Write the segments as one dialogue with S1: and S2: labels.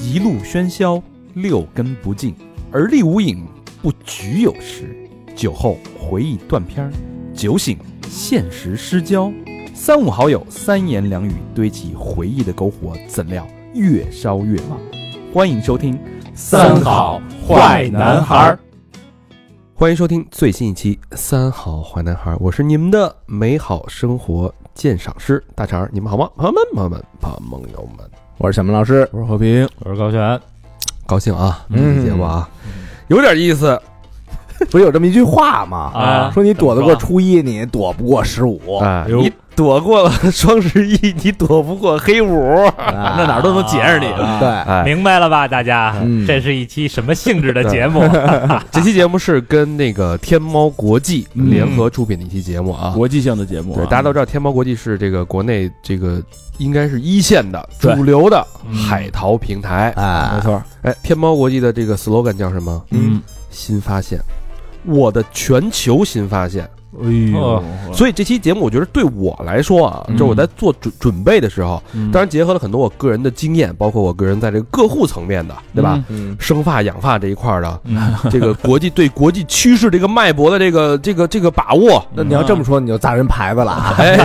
S1: 一路喧嚣，六根不净，而立无影，不局有时。酒后回忆断片儿，酒醒现实失焦。三五好友，三言两语堆起回忆的篝火，怎料越烧越旺。欢迎收听《
S2: 儿。
S3: 欢迎收听最新一期《三好坏男孩》，我是你们的美好生活鉴赏师大肠儿，你们好吗？朋友们，朋友们，朋友们，
S2: 我是小明老师，
S4: 我是和平，
S5: 我是高璇，
S3: 高兴啊，
S2: 嗯
S3: 这期节目啊，有点意思
S2: 不是有这么一句话吗？
S5: 啊
S2: 说你躲得过
S5: 怎
S2: 初一，你躲不过十五，
S4: 哎
S3: 啊！
S5: 呦
S3: 你躲过了双十一，你躲不过黑五，
S2: 那
S5: 那哪儿都能截着你
S2: 对，
S3: 哎，
S5: 明白了吧，大家？
S2: 啊嗯
S5: 这是一期什么性质的节目？
S3: 这期节目是跟那个天猫国际
S4: 嗯
S3: 联合出品的一期节目啊。
S4: 国际性的节目啊，
S3: 对，大家都知道天猫国际是这个国内这个应该是一线的
S4: 对
S3: 主流的
S5: 嗯
S3: 海淘平台。
S2: 哎
S4: 没，错，
S3: 哎，天猫国际的这个 slogan 叫什么？
S4: 啊嗯，
S3: 新发现，我的全球新发现。
S4: 哎
S5: 哦
S4: 呦，
S3: 所以这期节目，我觉得对我来说啊，
S4: 嗯
S3: 就是我在做准准备的时候，
S4: 嗯
S3: 当然结合了很多我个人的经验，包括我个人在这个个护层面的，对吧？？
S2: 嗯
S3: 生发养发这一块儿的，
S4: 嗯
S3: 这个国际对国际趋势这个脉搏的这个这个这个把握，
S2: 那你要这么说，你就砸人牌子了啊！
S3: 哎，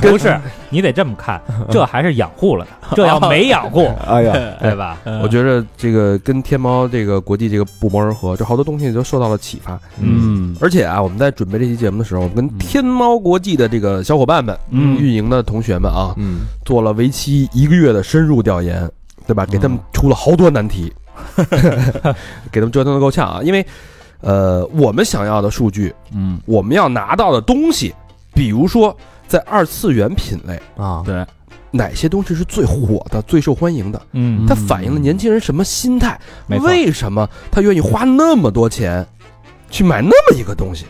S5: 不是，你得这么看，这还是养护了呢，这要没养护，
S2: 哎呀，
S5: 对吧？
S4: 嗯
S3: 我觉得这个跟天猫这个国际这个部门而合，就好多东西就受到了启发。
S4: 嗯
S3: 而且啊，我们在准备这期节目的时候，我们跟
S4: 嗯
S3: 天猫国际的这个小伙伴们、
S4: 嗯
S3: 运营的同学们啊，
S2: 嗯，
S3: 做了为期一个月的深入调研，对吧？给他们出了好多 难题，给他们折腾的够呛啊！因为，呃，我们想要的数据，
S4: 嗯，
S3: 我们要拿到的东西，比如说在二次元品类，
S2: 啊，
S4: 对，
S3: 哪些东西是最火的、最受欢迎的？
S5: 嗯
S3: 它反映了年轻人什么心态？
S5: 没错
S3: 为什么他愿意花那么多钱去买那么一个东西，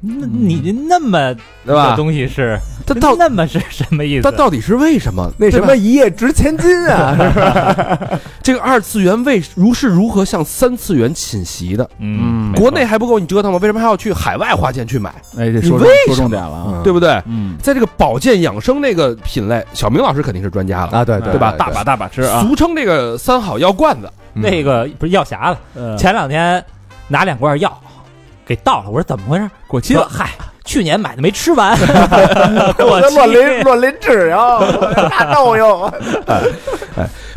S5: 那你那么
S3: 对
S5: 这
S3: 吧？
S5: 东西是
S3: 他到
S5: 那么是什么意
S3: 他
S5: 思？
S3: 到底是为什么？
S2: 那什
S3: 对吧
S2: 么一夜值千金啊！
S3: 这个二次元为如是如何向三次元侵袭的？
S5: 嗯，没错
S3: 国内还不够你折腾吗？为什么还要去海外花钱去买？
S4: 哎，这说
S3: 你
S4: 重
S3: 为什么
S4: 说重点了啊，
S3: 对不对？
S4: 嗯
S3: 在这个保健养生这个品类，小明老师肯定是专家了，
S2: 啊，对
S3: 对吧
S2: 对
S4: 大把大把吃啊，
S3: 俗称这个三好药罐子。
S2: 嗯
S5: 那个不是药匣子，
S4: 嗯
S5: 前两天拿两罐药给倒了，我说怎么回事？
S4: 过期
S5: 说
S4: 了，
S5: 嗨，去年买的没吃完， 过
S2: 我这
S5: 期
S2: 乱淋乱淋纸呀，大豆哟！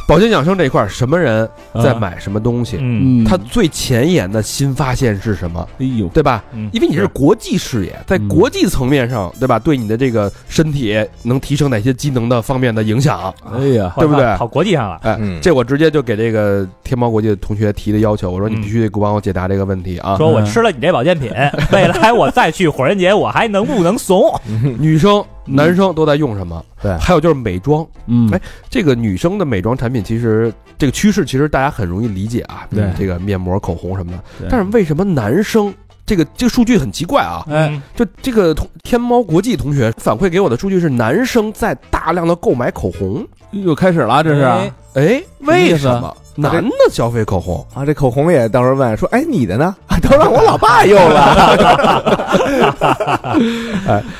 S3: 保健养生这一块，什么人在
S5: 嗯
S3: 买什么东西？
S5: 嗯，
S3: 他最前沿的新发现是什么？
S4: 哎呦，
S3: 对吧？
S5: 嗯
S3: 因为你是国际视野，在
S4: 嗯
S3: 国际层面上，对吧？对你的这个身体能提升哪些机能的方面的影响？
S4: 哎呀，
S5: 我
S3: 对不
S5: 操
S3: 对
S5: 跑国际上了，
S3: 哎，
S2: 嗯
S3: 这我直接就给这个天猫国际的同学提的要求，我说你
S5: 嗯
S3: 必须得给帮我解答这个问题啊！
S2: 嗯
S5: 说
S4: 嗯
S5: 我吃了你这保健品，未来我再去火人节，我还能不能怂？
S3: 女生、
S4: 嗯
S3: 男生都在用什么？
S2: 对
S3: 还有就是美妆，
S4: 嗯
S3: 哎这个女生的美妆产品，其实这个趋势其实大家很容易理解啊，
S4: 对
S3: 嗯这个面膜、口红什么的。
S4: 对
S3: 但是为什么男生这个这个数据很奇怪啊？
S4: 哎，
S5: 嗯
S3: 就这个同天猫国际同学反馈给我的数据是，男生在大量的购买口红。
S4: 又开始了，这
S5: 哎
S4: 是啊
S3: 哎，为什么
S2: 么意思
S3: 男的消费口红？
S2: 啊，这口红也到时候问说，哎，你的呢？ 啊都让我老爸用了。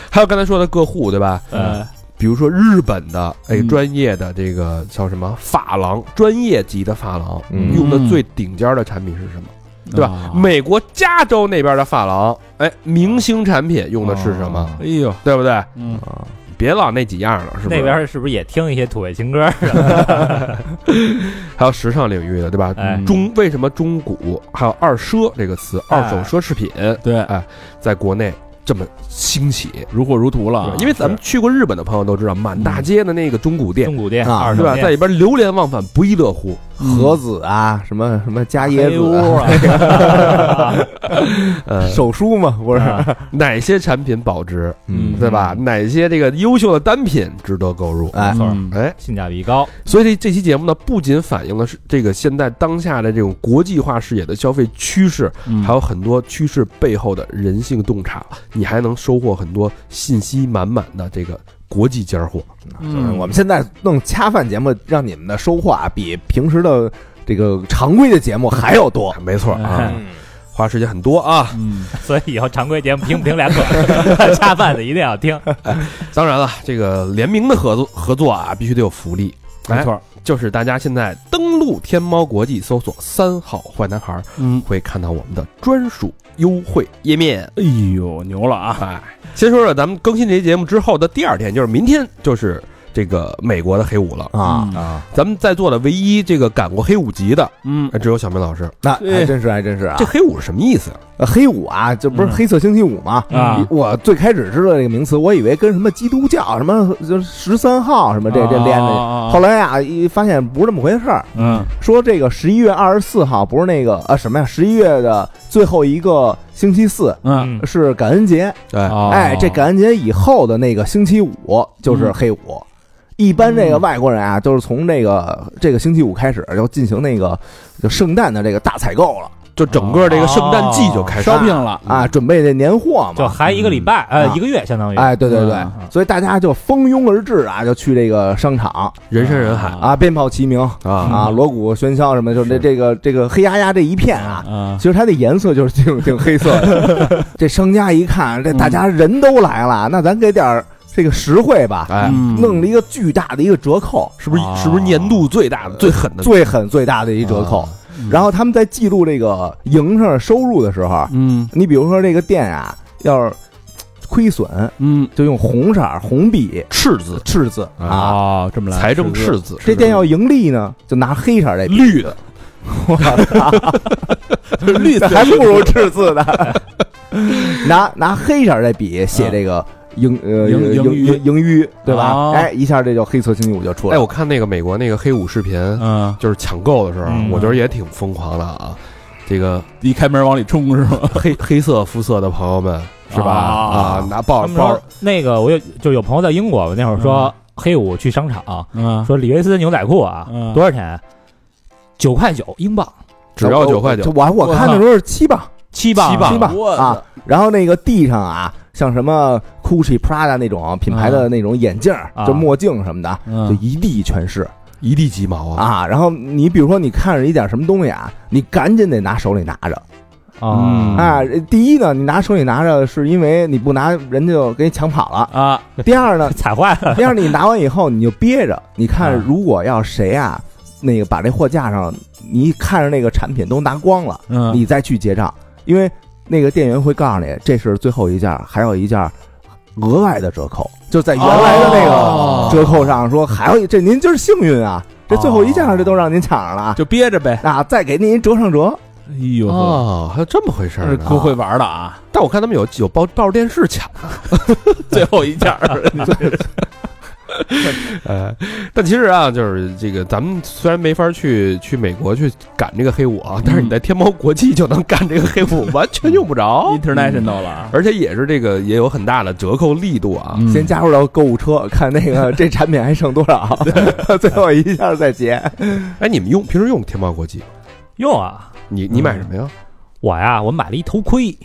S3: 还有刚才说的个护，对吧？
S4: 呃，
S3: 比如说日本的，哎，
S4: 嗯
S3: 专业的这个叫什么发廊，专业级的发廊
S2: 嗯
S3: 用的最顶尖的产品是什么？对吧
S4: 啊？
S3: 美国加州那边的发廊，哎，明星产品用的是什么？
S4: 哎呦，
S3: 对不对？
S4: 嗯
S3: 别老那几样了，是不是？
S5: 那边是不是也听一些土味情歌？
S3: 还有时尚领域的，对吧？
S5: 哎
S3: 中为什么中古还有二奢这个词，
S5: 哎
S3: 二手奢侈品哎
S4: 对，
S3: 在国内这么兴起？
S4: 如火如荼了啊
S3: 对，因为咱们去过日本的朋友都知道，满大街的那个中古店，
S5: 中古店
S2: 啊
S5: 二
S3: 是
S5: 手
S3: 吧？在
S5: 店，
S3: 里边流连忘返，不亦乐乎。
S2: 盒子啊，什么什么加椰
S4: 黑屋
S2: 子啊，
S4: 啊
S3: 呃，
S2: 手书嘛，不是？
S3: 哪些产品保值，
S4: 嗯
S3: 对吧？哪些这个优秀的单品值得购入？
S2: 哎，
S4: 嗯
S3: 哎，
S5: 性价比高，
S3: 所以这这期节目呢，不仅反映了是这个现在当下的这种国际化视野的消费趋势，
S4: 嗯
S3: 还有很多趋势背后的人性洞察，你还能收获很多信息满满的这个国际尖儿货。
S2: 嗯，我们现在弄恰饭节目，让你们的收获啊，比平时的这个常规的节目还要多。
S3: 没错啊，
S2: 嗯，
S3: 花时间很多啊。
S4: 嗯
S5: 所以以后常规节目听不听两 可， 恰饭的一定要听。
S3: 当然了，这个联名的合作合作啊，必须得有福利。
S4: 没错，
S3: 就是大家现在登录天猫国际搜索“三好坏男孩”，
S4: 嗯，
S3: 会看到我们的专属优惠页面。
S4: 哎呦，牛了啊！
S3: 哎，先说说咱们更新这期节目之后的第二天，就是明天，就是这个美国的黑五了。
S2: 啊
S4: 嗯
S2: 啊，
S3: 咱们在座的唯一这个赶过黑五级的，
S4: 嗯，
S3: 哎只有小明老师。
S2: 那还真是还真是啊
S3: 这，黑五是什么意思啊？
S2: 呃黑五啊，这不是
S4: 嗯
S2: 黑色星期五吗？
S4: 啊
S2: 我最开始知道这个名词，我以为跟什么基督教什么就是十三号什么
S4: 啊
S2: 这这连着，
S4: 着
S2: 后来啊一发现不是这么回事儿，
S4: 嗯
S2: 说这个十一月二十四号不是那个啊什么呀？十一月的最后一个星期四
S4: 嗯，
S2: 是感恩节，
S3: 哎，
S4: 哦
S2: 哎，这感恩节以后的那个星期五就是黑五。一般这个外国人啊，都是从这个这个星期五开始就进行那个就圣诞的这个大采购了
S3: 就整个这个圣诞季就开始了。
S4: 烧饼了，
S2: 啊，准备这年货
S5: 就
S2: 嘛。
S5: 还一个礼拜，
S2: 嗯
S5: 呃
S2: 啊，
S5: 一个月相当于。
S2: 哎，对对对
S4: 嗯，
S2: 所以大家就蜂拥而至啊，就去这个商场
S3: 人山人海
S4: 嗯
S2: 啊，鞭炮齐鸣
S3: 啊！
S2: 啊，锣鼓喧嚣什么，就这这个这个黑压压这一片啊，
S4: 啊
S2: 其实它的颜色就是挺挺黑色的。这商家一看，这大家人都来了，那咱给点儿这个实惠吧，
S3: 哎，
S4: 嗯
S2: 弄了一个巨大的一个折扣，
S3: 是不是是不是年度最大的、最狠的？
S2: 最狠最大的一折扣。然后他们在记录这个营上收入的时候，
S4: 嗯
S2: 你比如说这个店啊，要是亏损，
S4: 嗯
S2: 就用红色儿红笔
S3: 赤字
S2: 赤字啊。
S4: 啊，这么来
S3: 财政赤字，
S2: 这店要盈利呢，就拿黑色儿这笔，
S3: 绿的，
S2: 绿还不如赤字 呢。拿拿黑色儿这笔
S3: 啊
S2: 写这个盈呃
S4: 盈
S2: 盈
S4: 盈余
S2: 盈盈余，对吧？
S4: 哦
S2: 哎，一下这就黑色星期五就出来
S3: 啊哎，
S2: 了。
S3: 我看那个美国那个黑五视频，
S4: 嗯，
S3: 就是抢购的时候，
S5: 嗯
S3: 我觉得也挺疯狂的啊。这个
S4: 一开门往里冲是 吗？
S3: 黑黑色肤色的朋友们是吧？
S4: 啊
S3: 啊，拿抱
S5: 他们
S3: 抱
S5: 说那个，我有就有朋友在英国，那会儿说黑五去商场，
S4: 嗯，
S5: 说李维斯牛仔裤啊
S4: 嗯
S5: 多少钱？九块九英镑，
S3: 只要九块九，
S2: 哦我我看的时候是七磅
S5: 七磅，
S3: 七磅
S5: 七
S3: 吧
S2: 啊，然后那个地上啊，像什么 Gucci、Prada 那种品牌的那种眼镜儿、
S5: 啊
S2: 就墨镜什么的，就
S4: 嗯
S2: 一地全是
S3: 一地鸡毛啊！
S2: 啊。然后你比如说你看着一点什么东西啊，你赶紧得拿手里拿着
S5: 啊
S4: 嗯
S2: 啊。第一呢，你拿手里拿着是因为你不拿人家就给你抢跑 了。
S4: 啊，
S2: 第 二 呢，
S5: 踩坏了，
S2: 第二你拿完以后你就憋着，你看
S4: 嗯
S5: 啊
S2: 如果要谁啊，那个把这货架上你看着那个产品都拿光了。
S4: 嗯
S2: 你再去结账，因为那个店员会告诉你这是最后一件，还有一件额外的折扣，就在原来的那
S4: 哦
S2: 个折扣上说还有一这您就是幸运啊，这最后一件这都让您抢上了啊，
S4: 就憋着呗。
S2: 啊再给您折上折，
S4: 哎呦呵，
S3: 哦，还有这么回事
S4: 这
S3: 儿
S4: 是
S3: 呢！
S4: 够会玩的啊！
S3: 但我看他们有有抱抱着电视抢，啊
S4: 最后一件儿，
S3: 呃，但其实啊，就是这个咱们虽然没法去去美国去赶这个黑五啊，
S4: 嗯
S3: 但是你在天猫国际就能干这个黑五，完全用不 着，
S4: international 了啊。
S3: 而且也是这个也有很大的折扣力度啊。
S2: 先加入到购物车， 看那个这产品还剩多少， 最后一件再结。
S4: 嗯
S3: 哎，你们用平时用天猫国际，
S5: 用啊！
S3: 你你买什么呀？
S5: 我呀，我买了一头盔，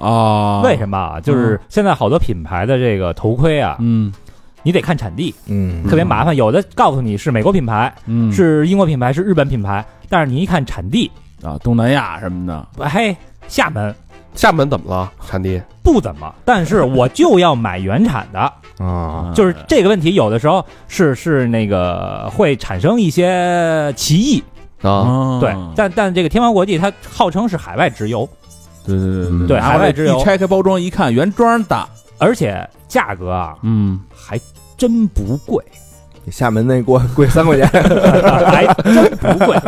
S4: 啊，
S5: 为什么啊？就是现在好多品牌的这个头盔啊，
S4: 嗯
S5: 你得看产地，
S2: 嗯
S5: 特别麻烦。有的告诉你是美国品牌，
S4: 嗯
S5: 是英国品牌，是日本品牌，但是你一看产地，
S4: 啊，东南亚什么的，
S5: 嘿，厦门
S3: 厦门怎么了，产地？
S5: 不怎么，但是我就要买原产 的。
S2: 啊，
S4: 啊
S5: 就是这个问题，有的时候是是那个会产生一些歧义，
S3: 啊，
S4: 啊
S5: 对。但但这个天猫国际它号称是海外直邮，
S4: 对对对
S5: 对
S4: 拿
S5: 海外
S4: 过来
S5: 之友
S4: 嗯一拆开包装一看，原装的，
S5: 而且价格啊
S4: 嗯，
S5: 还真不 贵，
S2: 厦门那给我贵三块钱，
S5: 还真不贵，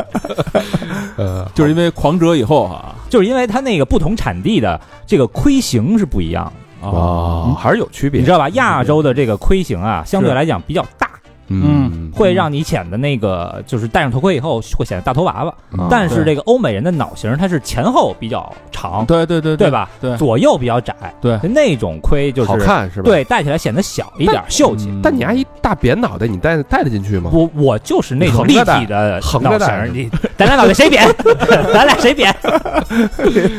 S3: 呃，
S4: 就是因为狂折以后啊，
S5: 就是因为它那个不同产地的这个盔型是不一样 的，
S3: 啊，
S4: 哦
S3: 还是有区别。
S5: 你知道吧？亚洲的这个盔型啊，相对来讲比较大，
S3: 嗯，
S5: 会让你显得那个就是戴上头盔以后会显得大头娃娃。
S3: 嗯
S5: 但是这个欧美人的脑型它是前后比较长，
S4: 对对对
S5: 对？吧？
S4: 对
S5: 左右比较窄，
S4: 对
S5: 那种盔就是
S3: 好看是吧？。
S5: 对，戴起来显得小一点，秀气。
S4: 嗯
S3: 但你阿姨大扁脑袋，你戴戴得进去吗？
S5: 我我就是那种立体的
S3: 横
S5: 脑
S3: 着戴横着戴
S5: 型，你咱俩脑袋谁扁？ 咱俩谁扁？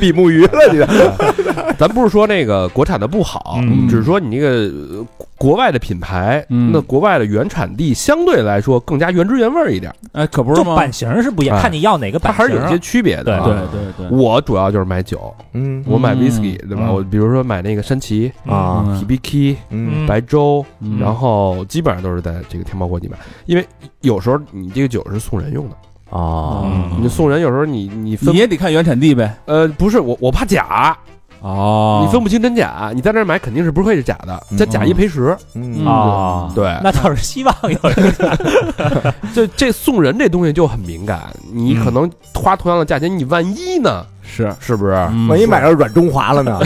S2: 比目鱼了，你这
S3: 咱不是说那个国产的不好，
S5: 嗯
S3: 只是说你那个呃国外的品牌，
S4: 嗯
S3: 那国外的原产地相对来说更加原汁原味儿一点，
S4: 哎，可不
S5: 就是
S4: 吗？
S5: 版型是不一样，
S3: 哎
S5: 看你要哪个
S3: 它
S5: 版
S3: 还
S5: 型
S3: 是有一些区别的啊。
S4: 对对对，
S3: 我主要就是买酒，
S2: 嗯
S3: 我买
S4: 嗯
S3: whisky，对吧？
S5: 嗯
S3: 我比如说买那个山崎、
S2: 啊
S4: 嗯
S3: Hibiki、
S2: 嗯
S5: 嗯
S3: 白粥，
S4: 嗯
S3: 然后基本上都是在这个天猫国际买，因为有时候你这个酒是送人用的，
S2: 啊
S4: 嗯
S3: 你送人有时候你你分
S4: 你也得看原产地呗。
S3: 呃不是我我怕假，
S4: 哦
S3: 你分不清真假，你在那儿买肯定是不会是假的，
S2: 嗯
S3: 这假一赔十。
S2: 嗯
S5: 啊，
S3: 对，
S5: 那倒是希望有人
S3: 这这送人这东西就很敏感，你可能花同样的价钱，你万一呢，
S4: 啊是，
S3: 是不是？
S4: 嗯
S2: 万一买着软中华了呢？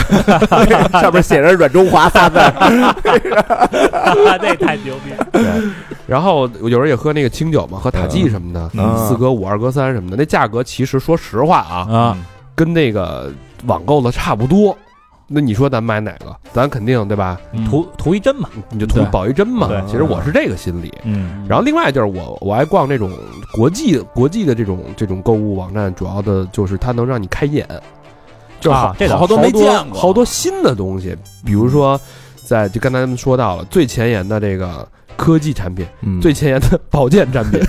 S2: 上面写着“软中华”仨字儿，
S5: 那太牛逼了。
S3: 然后有时候也喝那个清酒嘛，喝塔基什么的，
S2: 嗯
S3: 四哥五、二哥三什么的，那价格其实说实话啊，
S4: 啊，
S3: 跟那个网购的差不多。那你说咱买哪个？咱肯定对吧？
S5: 嗯图图一针嘛，
S3: 你就图
S4: 对
S3: 保一针嘛
S5: 对。
S3: 其实我是这个心理。
S5: 嗯
S3: 然后另外就是我我爱逛这种国际国际的这种这种购物网站，主要的就是它能让你开眼，就是好、
S5: 啊这倒是
S3: 好多
S4: 好多见过
S3: 好多新的东西，比如说在就刚才咱们说到了最前沿的这个。科技产品
S5: 嗯
S2: 嗯
S3: 最前沿的保健产品，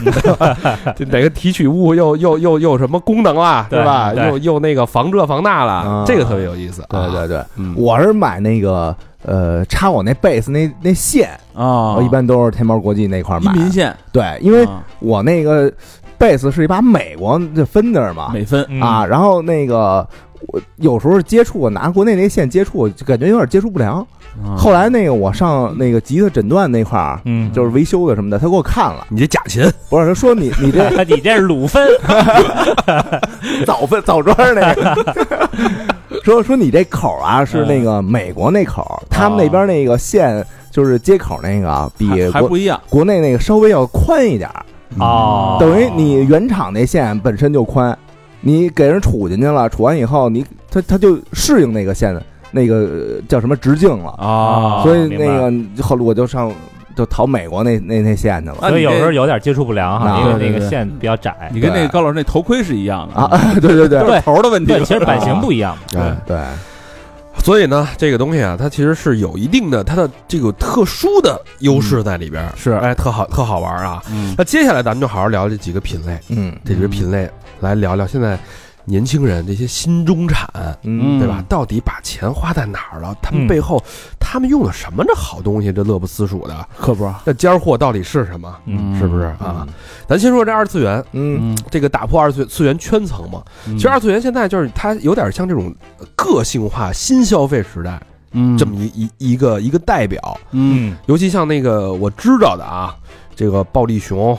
S3: 就哪个提取物又又又又什么功能啦，
S5: 对
S3: 是吧？
S5: 对
S3: 又又那个防这防那
S2: 啊
S3: 了，这个特别有意思。
S2: 对
S3: 啊，
S2: 对对，
S3: 嗯，
S2: 我是买那个呃插我那贝斯那那线，
S4: 啊，
S2: 我一般都是天猫国际那块儿
S4: 一
S2: 买。
S4: 民线，
S2: 对，因为
S4: 啊
S2: 我那个贝斯是一把美国的 Fender 嘛
S4: 美分
S5: 嗯
S2: 啊，，然后那个我有时候接触我拿国内那线接触，就感觉有点接触不良。
S4: 嗯
S2: 后来那个我上那个吉他诊断那块儿，
S5: 嗯，
S2: 就是维修的什么的，他给我看了，
S3: 你这假琴，
S2: 不是他说你你 这
S5: 你这是鲁芬，
S2: 早分早砖那个， 说说你这口啊是那
S4: 嗯
S2: 个美国那
S4: 啊
S2: 口，他们那边那个线就是接口那个啊比
S4: 还还
S2: 国
S4: 不一样
S2: 国内那个稍微要宽一点儿，
S5: 哦，
S2: 等于你原厂那线本身就宽，你给人杵进去了，杵完以后你它它就适应那个线的那个呃叫什么直径了，
S4: 啊
S2: 所以
S5: 哦明白
S2: 那个后来我就上就淘美国那那那线去了。
S4: 啊
S5: 所
S4: 你
S5: 以有
S4: 这
S5: 时候有点接触不良哈，
S2: 啊
S5: 因为
S4: 对
S5: 那个
S4: 对
S5: 线比较窄。
S4: 你跟那
S2: 对
S4: 个高老师那头盔是一样的
S2: 啊，， 对对对
S4: 都是头儿的问题
S5: 哦 对，。其实版型不一样嘛。
S3: 哎
S2: 对，
S3: 所以呢，这个东西啊，它其实是有一定的它的这个特殊的优势在里边儿，
S4: 是
S3: 哎，特好特好玩儿啊。
S4: 嗯
S3: 那接下来咱们就好好聊这几个品类，
S2: 嗯
S3: 这几个品类来聊聊现在年轻人这些新中产，
S2: 嗯
S3: 对吧？到底把钱花在哪儿了？他们
S5: 嗯
S3: 背后他们用了什么这好东西？这乐不思蜀的，
S4: 可不，
S3: 那尖儿货到底是什么？
S5: 嗯
S3: 是不是啊？咱先说这二次元，
S2: 嗯
S4: 嗯，
S3: 这个打破二次次元圈层嘛。
S4: 其
S3: 其实二次元现在就是它有点像这种个性化新消费时代这么一一一个一个代表。
S4: 嗯
S5: 嗯，
S3: 尤其像那个我知道的啊，这个暴力熊，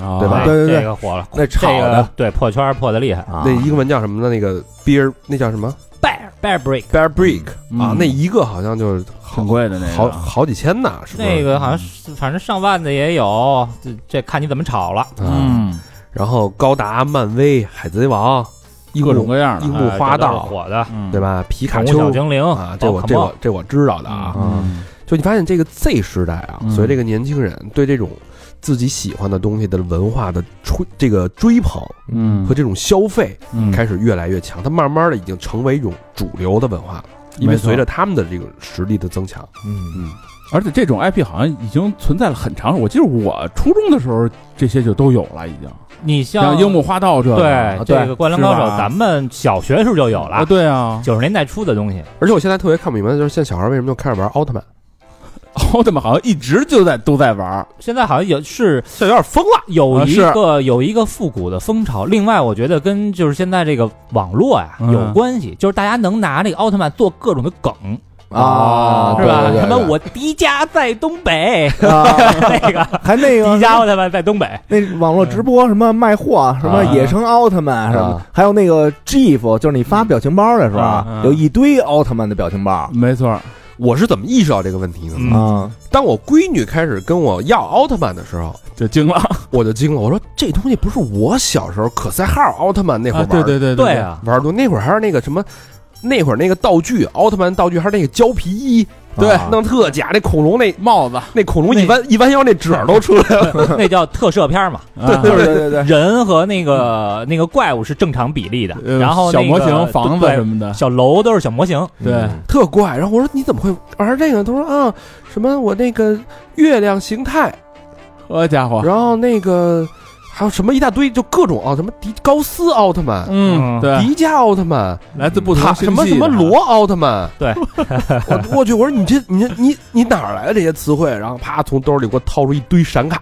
S4: 啊
S3: 对吧
S5: 哎
S2: 对对对
S5: 这个火了，
S2: 那炒
S5: 这个
S2: 的
S5: 对破圈儿破的厉害。
S2: 啊
S3: 那英文叫什么呢？那个 beer 那叫什么
S5: Bear Bear Break
S3: bear brick
S4: 嗯
S3: 啊？那一个好像就是
S4: 很贵的那个啊
S3: 好好几千呢，是不是？
S5: 那个好像是反正上万的也有，这这看你怎么炒了。
S3: 啊，
S4: 嗯
S3: 然后高达、漫威、海贼王，
S4: 各种各样
S3: 樱
S4: 的，啊
S3: 木花道
S5: 哎这都是火的，
S4: 嗯
S3: 对？吧？皮卡
S5: 宠
S3: 丘
S5: 物小精灵哦
S3: 啊，这我这我这我知道的啊。
S4: 嗯
S3: 就你发现这个 Z 时代啊，
S4: 嗯
S3: 随着这个年轻人对这种自己喜欢的东西的文化的追这个追捧
S4: 嗯
S3: 和这种消费
S4: 嗯
S3: 开始越来越强，它慢慢的已经成为一种主流的文化了。因为
S4: 没错
S3: 随着他们的这个实力的增强，
S2: 嗯
S4: 而且这种 IP 好像已经存在了很长时间，我记得我初中的时候这些就都有了，已经
S5: 你
S4: 像
S5: 像
S4: 樱木花道这个
S5: 对
S4: 啊
S5: 这个《灌篮高
S4: 是
S5: 手
S4: 吧》，
S5: 咱们小学时候就有
S4: 啊，
S5: 了，
S4: 对啊，
S5: 九十年代初的东西。
S3: 而且我现在特别看不明白，就是现在小孩为什么就开始玩奥特曼，
S4: 奥特曼哦好像一直就在都在玩儿，
S5: 现在好像有是
S3: 现在有点疯了。
S5: 有
S4: 啊
S5: 一
S4: 是
S5: 个有一个复古的风潮，另外我觉得跟就是现在这个网络呀
S4: 嗯
S5: 有关系，就是大家能拿这个奥特曼做各种的梗，
S2: 啊，
S5: 哦是吧？
S2: 对对对
S5: 什么
S2: 对
S5: 我迪迦在东北，
S2: 啊，
S5: 那个
S2: 还那
S5: 迪
S2: 个
S5: 迦奥特曼在东北，
S2: 那网络直播什么卖
S5: 嗯
S2: 货，什么野生奥特曼什么
S3: 啊，
S2: 还有那个 GIF，就是你发
S5: 嗯
S2: 表情包的时
S4: 啊
S2: 候
S5: 啊，
S2: 有一堆奥特曼的表情包啊
S4: 没错儿，
S3: 我是怎么意识到这个问题的呢？
S5: 嗯
S3: 当我闺女开始跟我要奥特曼的时候，
S4: 就惊了，
S3: 我就惊了，我说这东西不是我小时候可赛号奥特曼那会儿
S4: 啊
S3: 玩
S4: 对
S3: 的
S4: 对对
S5: 对，啊，
S3: 玩儿多。那会儿还是那个什么，那会儿那个道具，奥特曼道具还是那个胶皮衣，对
S2: 啊，
S3: 弄特假，那恐龙那
S4: 帽子，
S3: 那恐龙
S5: 那
S3: 一弯一弯腰，那褶儿都出来了。
S5: 那叫特摄片嘛，
S4: 啊
S2: 对对对对，
S5: 人和那个那个怪物是正常比例的，
S4: 嗯呃
S5: 然后
S4: 小
S5: 那
S4: 模
S5: 个
S4: 型、房子
S5: 对
S4: 什么的，
S5: 小楼都是小模型，
S4: 对，
S3: 特怪。然后我说你怎么会玩这个？他说啊，什么我那个月亮形态，
S4: 好哎家伙，
S3: 然后那个还有什么一大堆，就各种啊，什么迪高斯奥特曼、
S4: 嗯，对，
S3: 迪迦奥特曼、
S4: 来自不同
S3: 塔
S4: 星
S3: 什么
S4: 系啊
S3: 什么
S4: 的
S3: 罗奥特曼。
S5: 对
S3: 我我去，我说你这你这你你哪儿来的这些词汇？然后啪从兜里给我掏出一堆闪卡，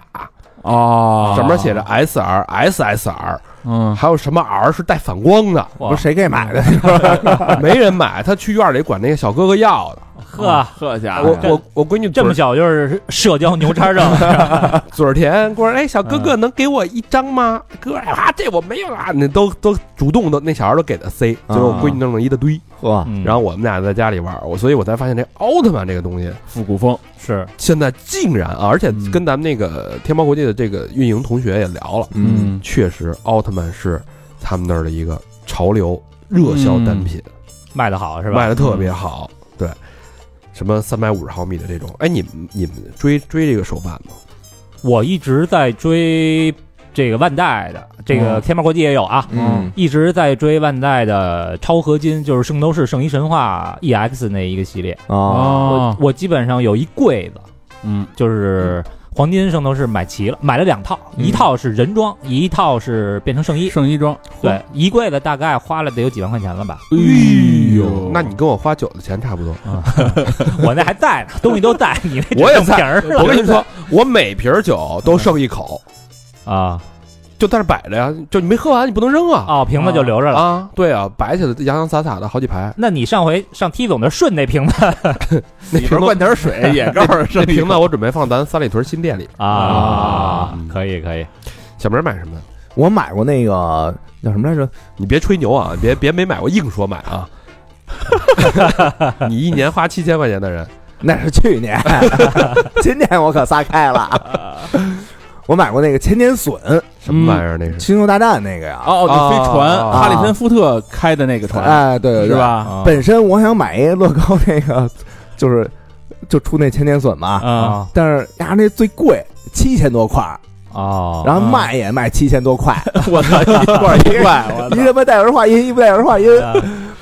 S4: 哦，
S5: 啊
S3: 上面写着 S R S S R，
S4: 嗯，
S3: 还有什么 R 是带反 光的，
S5: 哇
S2: 不是谁给买的？
S3: 没人买，他去院里管那个小哥哥要的。
S5: 呵，
S4: 呵家
S3: 我
S4: 伙，
S5: 这
S3: 我我闺女
S5: 这
S3: 嘴
S5: 么小就是社交牛叉症，
S3: 嘴儿甜，过来，哎，小哥哥能给我一张吗？哥，哎啊，这我没有啊，那都都主动的，那小孩都给他塞，
S2: 啊
S3: 最后我闺女弄了一大堆，
S2: 呵，
S5: 嗯
S3: 然后我们俩在家里玩，我所以我才发现这奥特曼这个东西
S4: 复古风，
S5: 是
S3: 现在竟然啊，而且
S4: 嗯
S3: 跟咱们那个天猫国际的这个运营同学也聊了，
S2: 嗯，
S3: 确实奥特曼是他们那儿的一个潮流热销单品，
S5: 卖的好是吧？嗯
S3: 卖的特别好，对。什么三百五十毫米的这种？哎，你们你们追追这个手办吗？
S5: 我一直在追这个万代的，这个
S4: 嗯
S5: 天猫国际也有啊，
S2: 嗯
S5: 一直在追万代的超合金，就是圣斗士圣衣神话 EX 那一个系列。
S2: 啊，
S4: 哦，
S5: 我我基本上有一柜子，
S4: 嗯，
S5: 就是黄金圣斗士买齐了，买了两套，
S4: 嗯
S5: 一套是人装，一套是变成圣衣。
S4: 圣衣装，
S5: 对，一柜子大概花了得有几万块钱了 吧？
S4: 哎呦，
S3: 那你跟我花酒的钱差不多。
S5: 我那还在呢，东西都在，你那
S3: 我也
S5: 整
S3: 在
S5: 瓶 儿
S3: 我
S5: 了
S3: 跟你说，我每瓶酒都剩一口，
S5: 啊！
S3: 就在那摆着呀，就你没喝完，你不能扔啊。
S5: 哦，瓶子就留着了。
S3: 啊，对啊，摆起来洋洋洒洒的好几排，
S5: 那你上回上 T 总那儿顺那瓶子
S3: 那
S4: 里边
S3: 瓶子
S4: 灌点水，也告诉
S3: 那
S4: 圣衣
S3: 瓶子我准备放咱三里屯新店里。
S5: 啊，可以可以，
S3: 小明买什么？
S2: 我买过那个叫什么来着？
S3: 你别吹牛啊，别别没买过硬说买 啊。你一年花七千块钱的人，
S2: 那是去年， 今年我可撒开了。我买过那个千年隼，
S3: 什么玩
S4: 嗯
S3: 意儿那是？
S2: 星球大战那个呀。
S4: 哦，那飞
S3: 啊
S4: 船，
S3: 啊
S4: 哈里森福特开的那个船，
S2: 哎，对对
S4: 哦是
S2: 对？
S4: 吧？哦
S5: 啊
S2: 本身我想买一乐高那个，就是就出那千年隼嘛，
S4: 啊，
S5: 啊
S2: 但是呀那最贵七千多块儿，
S5: 哦，
S2: 然后
S4: 啊
S2: 卖也卖七千多块，
S4: 我操，一块一块，我
S2: 一
S4: 操，
S2: 他妈带儿化音，一不带儿化音。
S5: 啊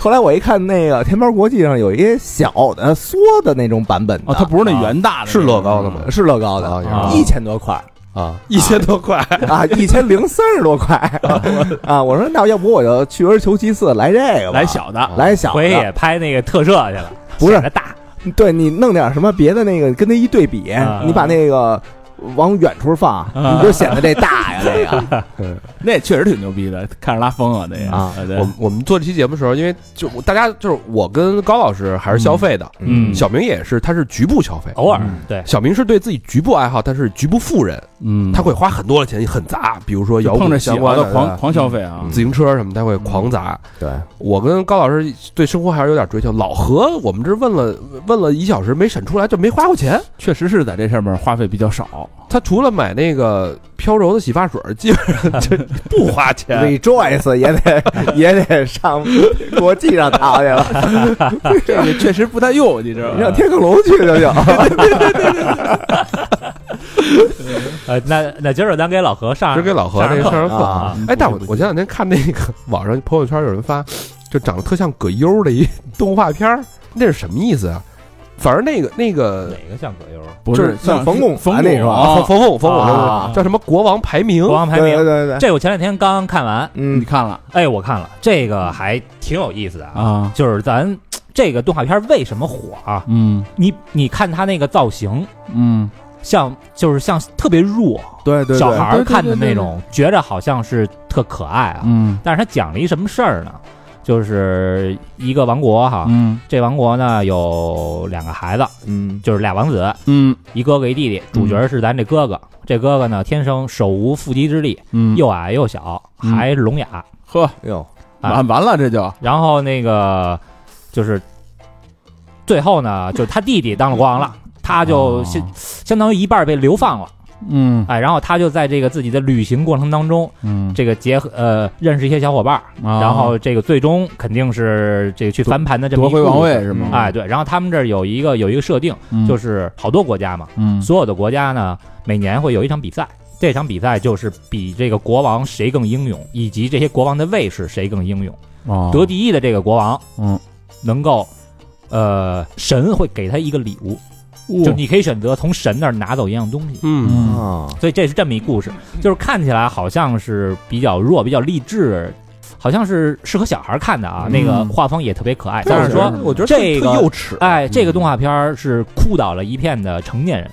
S2: 后来我一看那个天猫国际上有一些小的缩的那种版本的，
S4: 哦，
S2: 啊
S4: 它不是那嗯原大的，
S3: 是乐高的吗？
S2: 是乐高的，
S4: 哦
S3: 啊
S2: 一千多块儿
S3: 啊，一千多块，
S2: 啊，一千零三十多块 啊！我说那要不我就去而求其次来这
S3: 嗯
S2: 个吧，
S4: 来小的，
S2: 来小
S5: 回
S2: 的，
S5: 也拍那个特摄去了，
S2: 不是
S5: 显得大
S2: 对你弄点什么别的那个跟它一对比
S5: 啊，
S2: 你把那个往远处放，
S4: 啊
S2: 你就显得这大呀， 这个
S4: 那确实挺牛逼的，看着拉风啊，那个
S2: 啊
S4: 对
S5: 呃
S3: 我们我们做这期节目的时候，因为就我大家就是我跟高老师还是消费的，
S5: 嗯
S3: 小明也是，他是局部消费，
S5: 偶尔
S4: 嗯
S5: 对，
S3: 小明是对自己局部爱好，他是局部富人，
S4: 嗯，
S3: 他会花很多的钱，很砸，比如说
S4: 就
S3: 摇
S4: 碰
S3: 滚
S4: 着喜
S3: 相
S4: 欢
S3: 关
S4: 的狂
S3: 的、嗯
S4: 狂消费啊，
S3: 自行车什么，他会狂砸。
S2: 对，
S3: 我跟高老师对生活还是有点追求。老何，我们这问了问了一小时没审出来，就没花过钱。
S4: 确实是在这上面花费比较少，
S3: 他除了买那个飘柔的洗发水，基本上就不花钱。
S2: Rejoice 也得也得上国际上淘去了，
S4: 这个确实不太用，你知道
S2: 你让？天克龙去就行。
S5: 呃，那那今儿咱给老何上
S3: 就给老何那个上上课。
S2: 啊，
S3: 哎，但我我前两天看那个网上朋友圈有人发，就长得特像葛优的一动画片儿，那是什么意思啊？反正那个那个
S5: 哪个像葛优？
S4: 不
S3: 就是是
S4: 像
S2: 冯巩
S4: 冯
S2: 啊那是吧
S3: 啊，
S4: 啊
S3: 冯冯巩冯巩
S2: 啊
S3: 叫什么国王排名
S5: 国？王排
S2: 对对
S3: 呃
S5: 名，
S2: 对对，
S5: 这我前两天刚刚看完，
S4: 你
S2: 嗯
S4: 看了
S5: 哎，我看了这个还挺有意思的啊，
S4: 啊？
S5: 就是咱这个动画片为什么火啊？
S4: 嗯
S5: 你你看他那个造型，
S4: 嗯，
S5: 像就是像特别弱
S2: 对对对，
S5: 小孩儿看的
S4: 对对对
S5: 那种，觉着好像是特可爱啊，
S4: 嗯
S5: 但是他讲了一什么事儿呢？就是一个王国哈，
S4: 嗯
S5: 这王国呢有两个孩子，
S2: 嗯
S5: 就是俩王子，
S4: 嗯
S5: 一哥哥一弟弟。主角是咱这哥哥，这哥哥呢天生手无缚鸡之力，
S4: 嗯，
S5: 又矮又小，
S4: 嗯
S5: 还聋哑。
S4: 呵，
S2: 哟，
S4: 完完了，这就
S5: 然后那个就是最后呢，就是他弟弟当了国王了，他就
S4: 哦
S5: 相相当于一半被流放了。
S4: 嗯
S5: 哎，然后他就在这个自己的旅行过程当中，
S4: 嗯，啊
S5: 这个结合呃认识一些小伙伴儿，然
S4: 然
S5: 后这个最终肯定是这个去翻盘的这么
S4: 夺
S5: 一
S4: 回
S5: 个
S4: 王
S5: 故事。
S4: 位是吗？
S5: 哎，对，然后他们这儿有一个有一个设定，
S4: 嗯，
S5: 就是好多国家嘛，
S4: 嗯
S5: 所有的国家呢，每年会有一场比赛，这场比赛就是比这个国王谁更英勇，以及这些国王的卫士谁更英勇。
S4: 哦
S5: 得第一的这个国王，
S4: 嗯，
S5: 能够，呃，神会给他一个礼物，就你可以选择从神那儿拿走一样东西。
S3: 嗯，
S4: 嗯
S2: 啊，
S5: 所以这是这么一故事，就是看起来好像是比较弱、比较励志，好像是适合小孩看的啊。那个
S4: 嗯
S5: 画风也特别可爱，
S3: 但
S5: 但
S3: 是
S5: 是
S3: 说
S5: 说，，
S3: 我觉得
S5: 这
S3: 特
S5: 个
S3: 幼稚，
S5: 哎，这个动画片儿是哭倒了一片的成年人，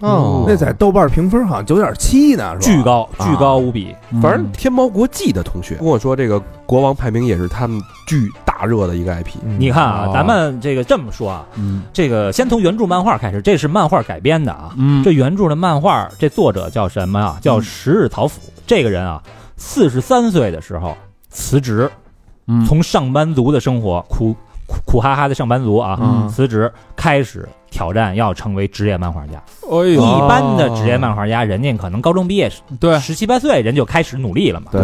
S3: 哦，
S2: 那在豆瓣评分好像九点七呢，是吧？
S5: 巨高、
S2: 啊
S5: 巨高无比。
S4: 嗯
S3: 反正天猫国际的同学跟我说，这个国王排名也是他们巨大热的一个 IP。
S2: 嗯，
S5: 你看啊
S4: 哦，
S5: 咱们这个这么说啊，
S4: 嗯
S5: 这个先从原著漫画开始，这是漫画改编的啊。
S4: 嗯
S5: 这原著的漫画，这作者叫什么啊？叫十日草辅。这个人啊，四十三岁的时候辞职，
S4: 嗯
S5: 从上班族的生活苦苦苦哈哈的上班族啊，
S4: 嗯
S5: 辞职开始挑战要成为职业漫画家。
S4: 哎
S5: 一
S4: 呦
S3: 哦
S5: 般的职业漫画家，人家可能高中毕业
S4: 对
S5: 十七八岁，人就开始努力了嘛。
S2: 对，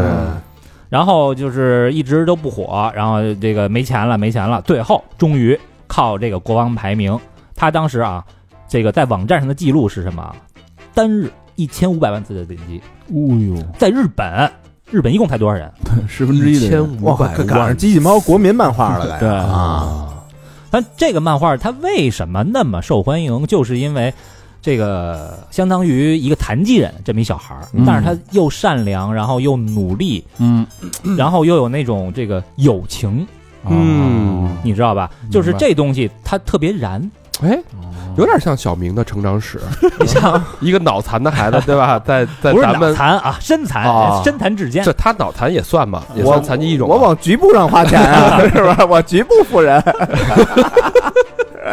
S5: 然后就是一直都不火，然后这个没钱了，没钱了，最后终于靠这个国王排名，他当时啊，这个在网站上的记录是什么啊？单日一千五百万次的点击，
S4: 哦
S5: 在日本，日本一共才多少人？
S4: 呦，十分之一的
S3: 千
S4: 人
S3: 五
S2: 哇，
S3: 百
S2: 赶上机器猫国民漫画了来
S4: 对
S2: 啊，
S5: 但这个漫画它为什么那么受欢迎？就是因为这个相当于一个残疾人这么一小孩儿
S4: 嗯，
S5: 但是他又善良，然后又努力，
S4: 嗯
S5: 然后又有那种这个友情，
S4: 哦
S3: 嗯
S5: 你知道吧？
S4: 白
S5: 就是这东西它特别燃。
S3: 哎，
S4: 哦
S3: 有点像小明的成长史。你像一个脑残的孩子，对吧？在在
S5: 不是
S3: 咱
S5: 脑
S3: 们
S5: 残啊，身残，
S3: 啊
S5: 身残志坚
S3: 这。他脑残也算吧，也
S2: 我
S3: 算残疾一种吧。
S2: 我往局部上花钱啊，是吧？我局部富人，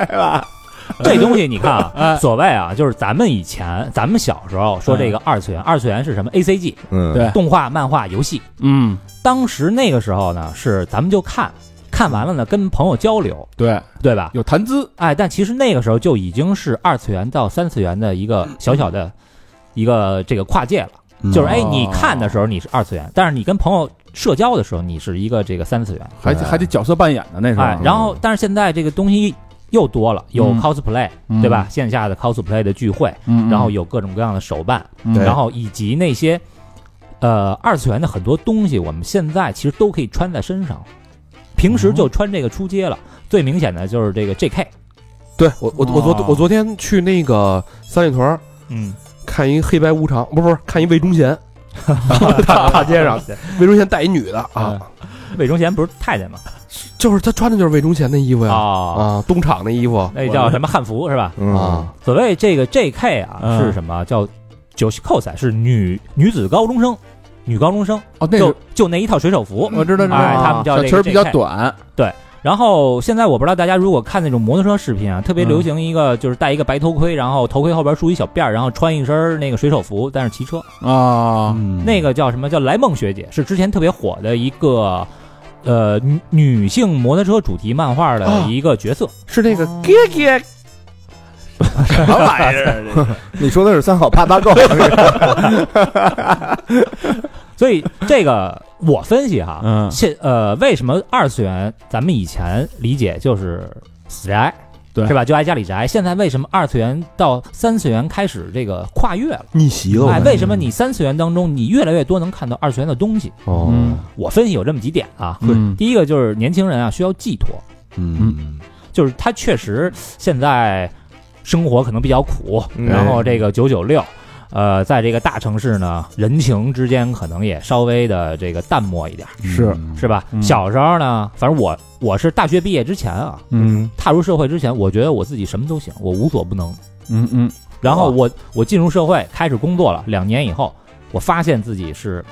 S2: 是吧？
S5: 这东西你看
S3: 哎
S5: 啊，所谓啊，就是咱们以前，咱们小时候说这
S3: 嗯
S5: 个二次元，二次元是什么？A C G
S2: 嗯
S4: 对
S5: 动画、漫画、游戏。
S4: 嗯
S5: 当时那个时候呢，是咱们就看，看完了呢，跟朋友交流，
S4: 对
S5: 对吧？
S4: 有谈资
S5: 哎，但其实那个时候就已经是二次元到三次元的一个小小
S3: 嗯
S5: 的一个这个跨界了。就是哎，你看的时候你是二次元，但是你跟朋友社交的时候，你是一个这个三次元。
S4: 还还得角色扮演的那时候，啊
S5: 哎，然后但是现在这个东西又多了，有
S4: 嗯
S5: cosplay，、
S4: 嗯
S5: 对吧？？线下的 cosplay 的聚会，
S4: 嗯，
S5: 然后有各种各样的手办，
S4: 嗯
S5: 然后以及那些呃二次元的很多东西，我们现在其实都可以穿在身上，平时就穿这个出街了。最明显的就是这个 JK，
S3: 对我我我
S4: 哦
S3: 昨我昨天去那个三里屯儿
S5: 嗯，
S3: 看一黑白无常，不是不是看一魏忠贤，大大街上魏忠贤带一女的
S5: 哎
S3: 啊，
S5: 嗯魏忠贤不是太监吗？
S3: 就是他穿的就是魏忠贤的衣服呀
S5: 哦，
S3: 啊，东厂那衣服
S5: 那叫什么汉服是吧？
S2: 嗯
S3: 啊，
S5: 所谓这个 JK 啊，
S4: 嗯
S5: 是什么？叫九西 cos，是女女子高中生，女高中生，
S4: 哦，那哦
S5: 就
S4: 个
S5: 就那一套水手服。
S4: 我知道，知道
S5: 哎，他们叫
S4: 小
S5: 这
S4: 裙
S5: 个
S4: 儿比较
S5: JK
S4: 短，
S5: 然后现在我不知道大家如果看那种摩托车视频啊，特别
S4: 嗯
S5: 流行一个、就是戴一个白头盔，然后头盔后边梳一小辫儿，然后穿一身那个水手服，但是骑车。
S4: 啊，
S3: 嗯
S5: 那个叫什么叫莱梦学姐，是之前特别火的一个呃女女性摩托车主题漫画
S4: 哦
S5: 的一个角色。
S3: 是那个
S4: 哥哥， 什么玩意儿？
S2: 你说的啊是三好八 八够，
S5: 所以这个我分析 哈，
S4: 嗯
S5: 现呃为什么二次元咱们以前理解就是死宅。
S4: 对
S5: 是吧？就爱家里宅。现在为什么二次元到三次元开始这个跨越了？
S3: 逆袭
S5: 哎，为什么你三次元当中你越来越多能看到二次元的东西？
S3: 哦，
S4: 嗯
S5: 我分析有这么几点啊，
S4: 嗯
S5: 第一个就是年轻人啊需要寄托，
S4: 嗯
S5: 就是他确实现在生活可能比较苦，
S2: 嗯
S5: 然后这个九九六。呃，在这个大城市呢，人情之间可能也稍微的这个淡漠一点，
S4: 是，
S5: 是吧？
S4: 嗯
S5: 小时候呢，反正我我是大学毕业之前啊，
S4: 嗯
S5: 踏入社会之前，我觉得我自己什么都行，我无所不能。
S4: 嗯嗯，
S5: 然后我我进入社会开始工作了，两年以后，我发现自己是